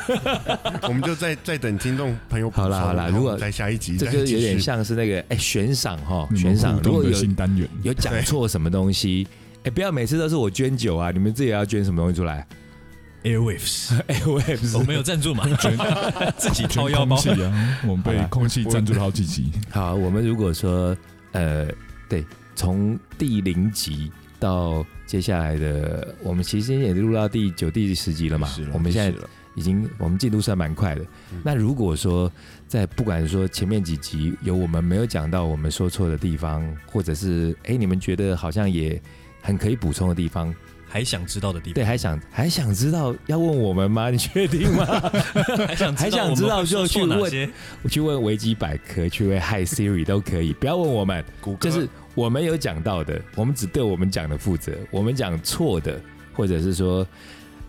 Speaker 3: 我们就再再等听众朋友补充
Speaker 2: 好啦好啦
Speaker 3: 然后
Speaker 2: 如果
Speaker 3: 我们在下一集
Speaker 2: 这
Speaker 3: 再
Speaker 2: 就
Speaker 3: 继
Speaker 2: 有
Speaker 3: 续
Speaker 2: 点像是那个哎悬赏哈，
Speaker 4: 你
Speaker 2: 悬
Speaker 4: 们
Speaker 2: 赏
Speaker 4: 互。
Speaker 2: 如
Speaker 4: 动
Speaker 2: 果
Speaker 4: 的
Speaker 2: 有
Speaker 4: 新单元，
Speaker 2: 有讲错什么东西，哎，不要每次都是我捐酒啊，你们自己也要捐什么东西出来？
Speaker 1: Airwaves，
Speaker 2: 哎，我也不
Speaker 1: 我
Speaker 2: 是。
Speaker 1: 们有赞助嘛？ 自己掏
Speaker 4: 全
Speaker 1: 腰
Speaker 4: 空
Speaker 1: 包。
Speaker 4: 气啊，我们被
Speaker 2: 好啦
Speaker 4: 空气
Speaker 3: 我
Speaker 4: 占住了好几集。
Speaker 2: 好，我们如果说呃，对，从第零集到接下来的，我们其实也录到第九、第十集了嘛
Speaker 3: 是。了
Speaker 2: 我们现在
Speaker 3: 是了
Speaker 2: 已经我们进度算蛮快的。
Speaker 3: 嗯
Speaker 2: 那如果说在不管说前面几集有我们没有讲到、我们说错的地方，或者是哎、你们觉得好像也很可以补充的地方，
Speaker 1: 还想知道的地
Speaker 2: 对，还
Speaker 3: 嗯
Speaker 2: 想还想知道要问我们吗？你确定吗？
Speaker 1: 方，还想
Speaker 2: 还想知道
Speaker 1: 我们
Speaker 2: 就去
Speaker 1: 说哪
Speaker 2: 问
Speaker 1: 些
Speaker 2: 我去问维基百科，去问 Hi Siri 都可以，不要问我们。
Speaker 3: 谷歌
Speaker 2: 就是我们有讲到的，我们只对我们讲的负责，我们讲错的，或者是说，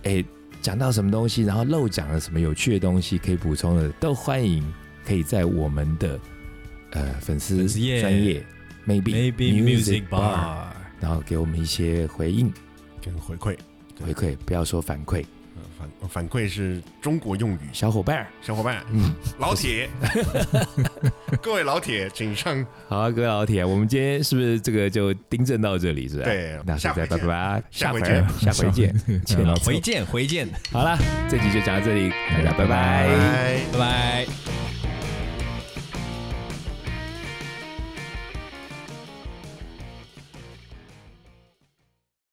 Speaker 2: 哎，讲到什么东西，然后漏讲了什么有趣的东西可以补充的，都欢迎可以在我们的呃粉丝
Speaker 1: 粉丝页
Speaker 2: 专业 maybe
Speaker 1: Maybe Music
Speaker 2: Bar，
Speaker 1: Bar，
Speaker 2: 然后给我们一些回应
Speaker 3: 跟回馈
Speaker 2: 回馈，不要说反馈，
Speaker 3: 呃反反馈是中国用语，
Speaker 2: 小伙伴儿。
Speaker 3: 小伙伴
Speaker 2: 嗯，
Speaker 3: 老铁， 各位老铁，请上
Speaker 2: 好啊，各位老铁，我们今天是不是这个就订正到这里是吧？
Speaker 3: 对
Speaker 2: 那现
Speaker 3: 下
Speaker 2: 在拜
Speaker 3: 回见
Speaker 2: 拜，
Speaker 3: 下
Speaker 2: 回
Speaker 3: 回
Speaker 2: 见
Speaker 3: 见，
Speaker 2: 下回见，见到
Speaker 1: 回见回见，
Speaker 2: 好了，这集就讲到这里，大家拜拜
Speaker 3: 拜。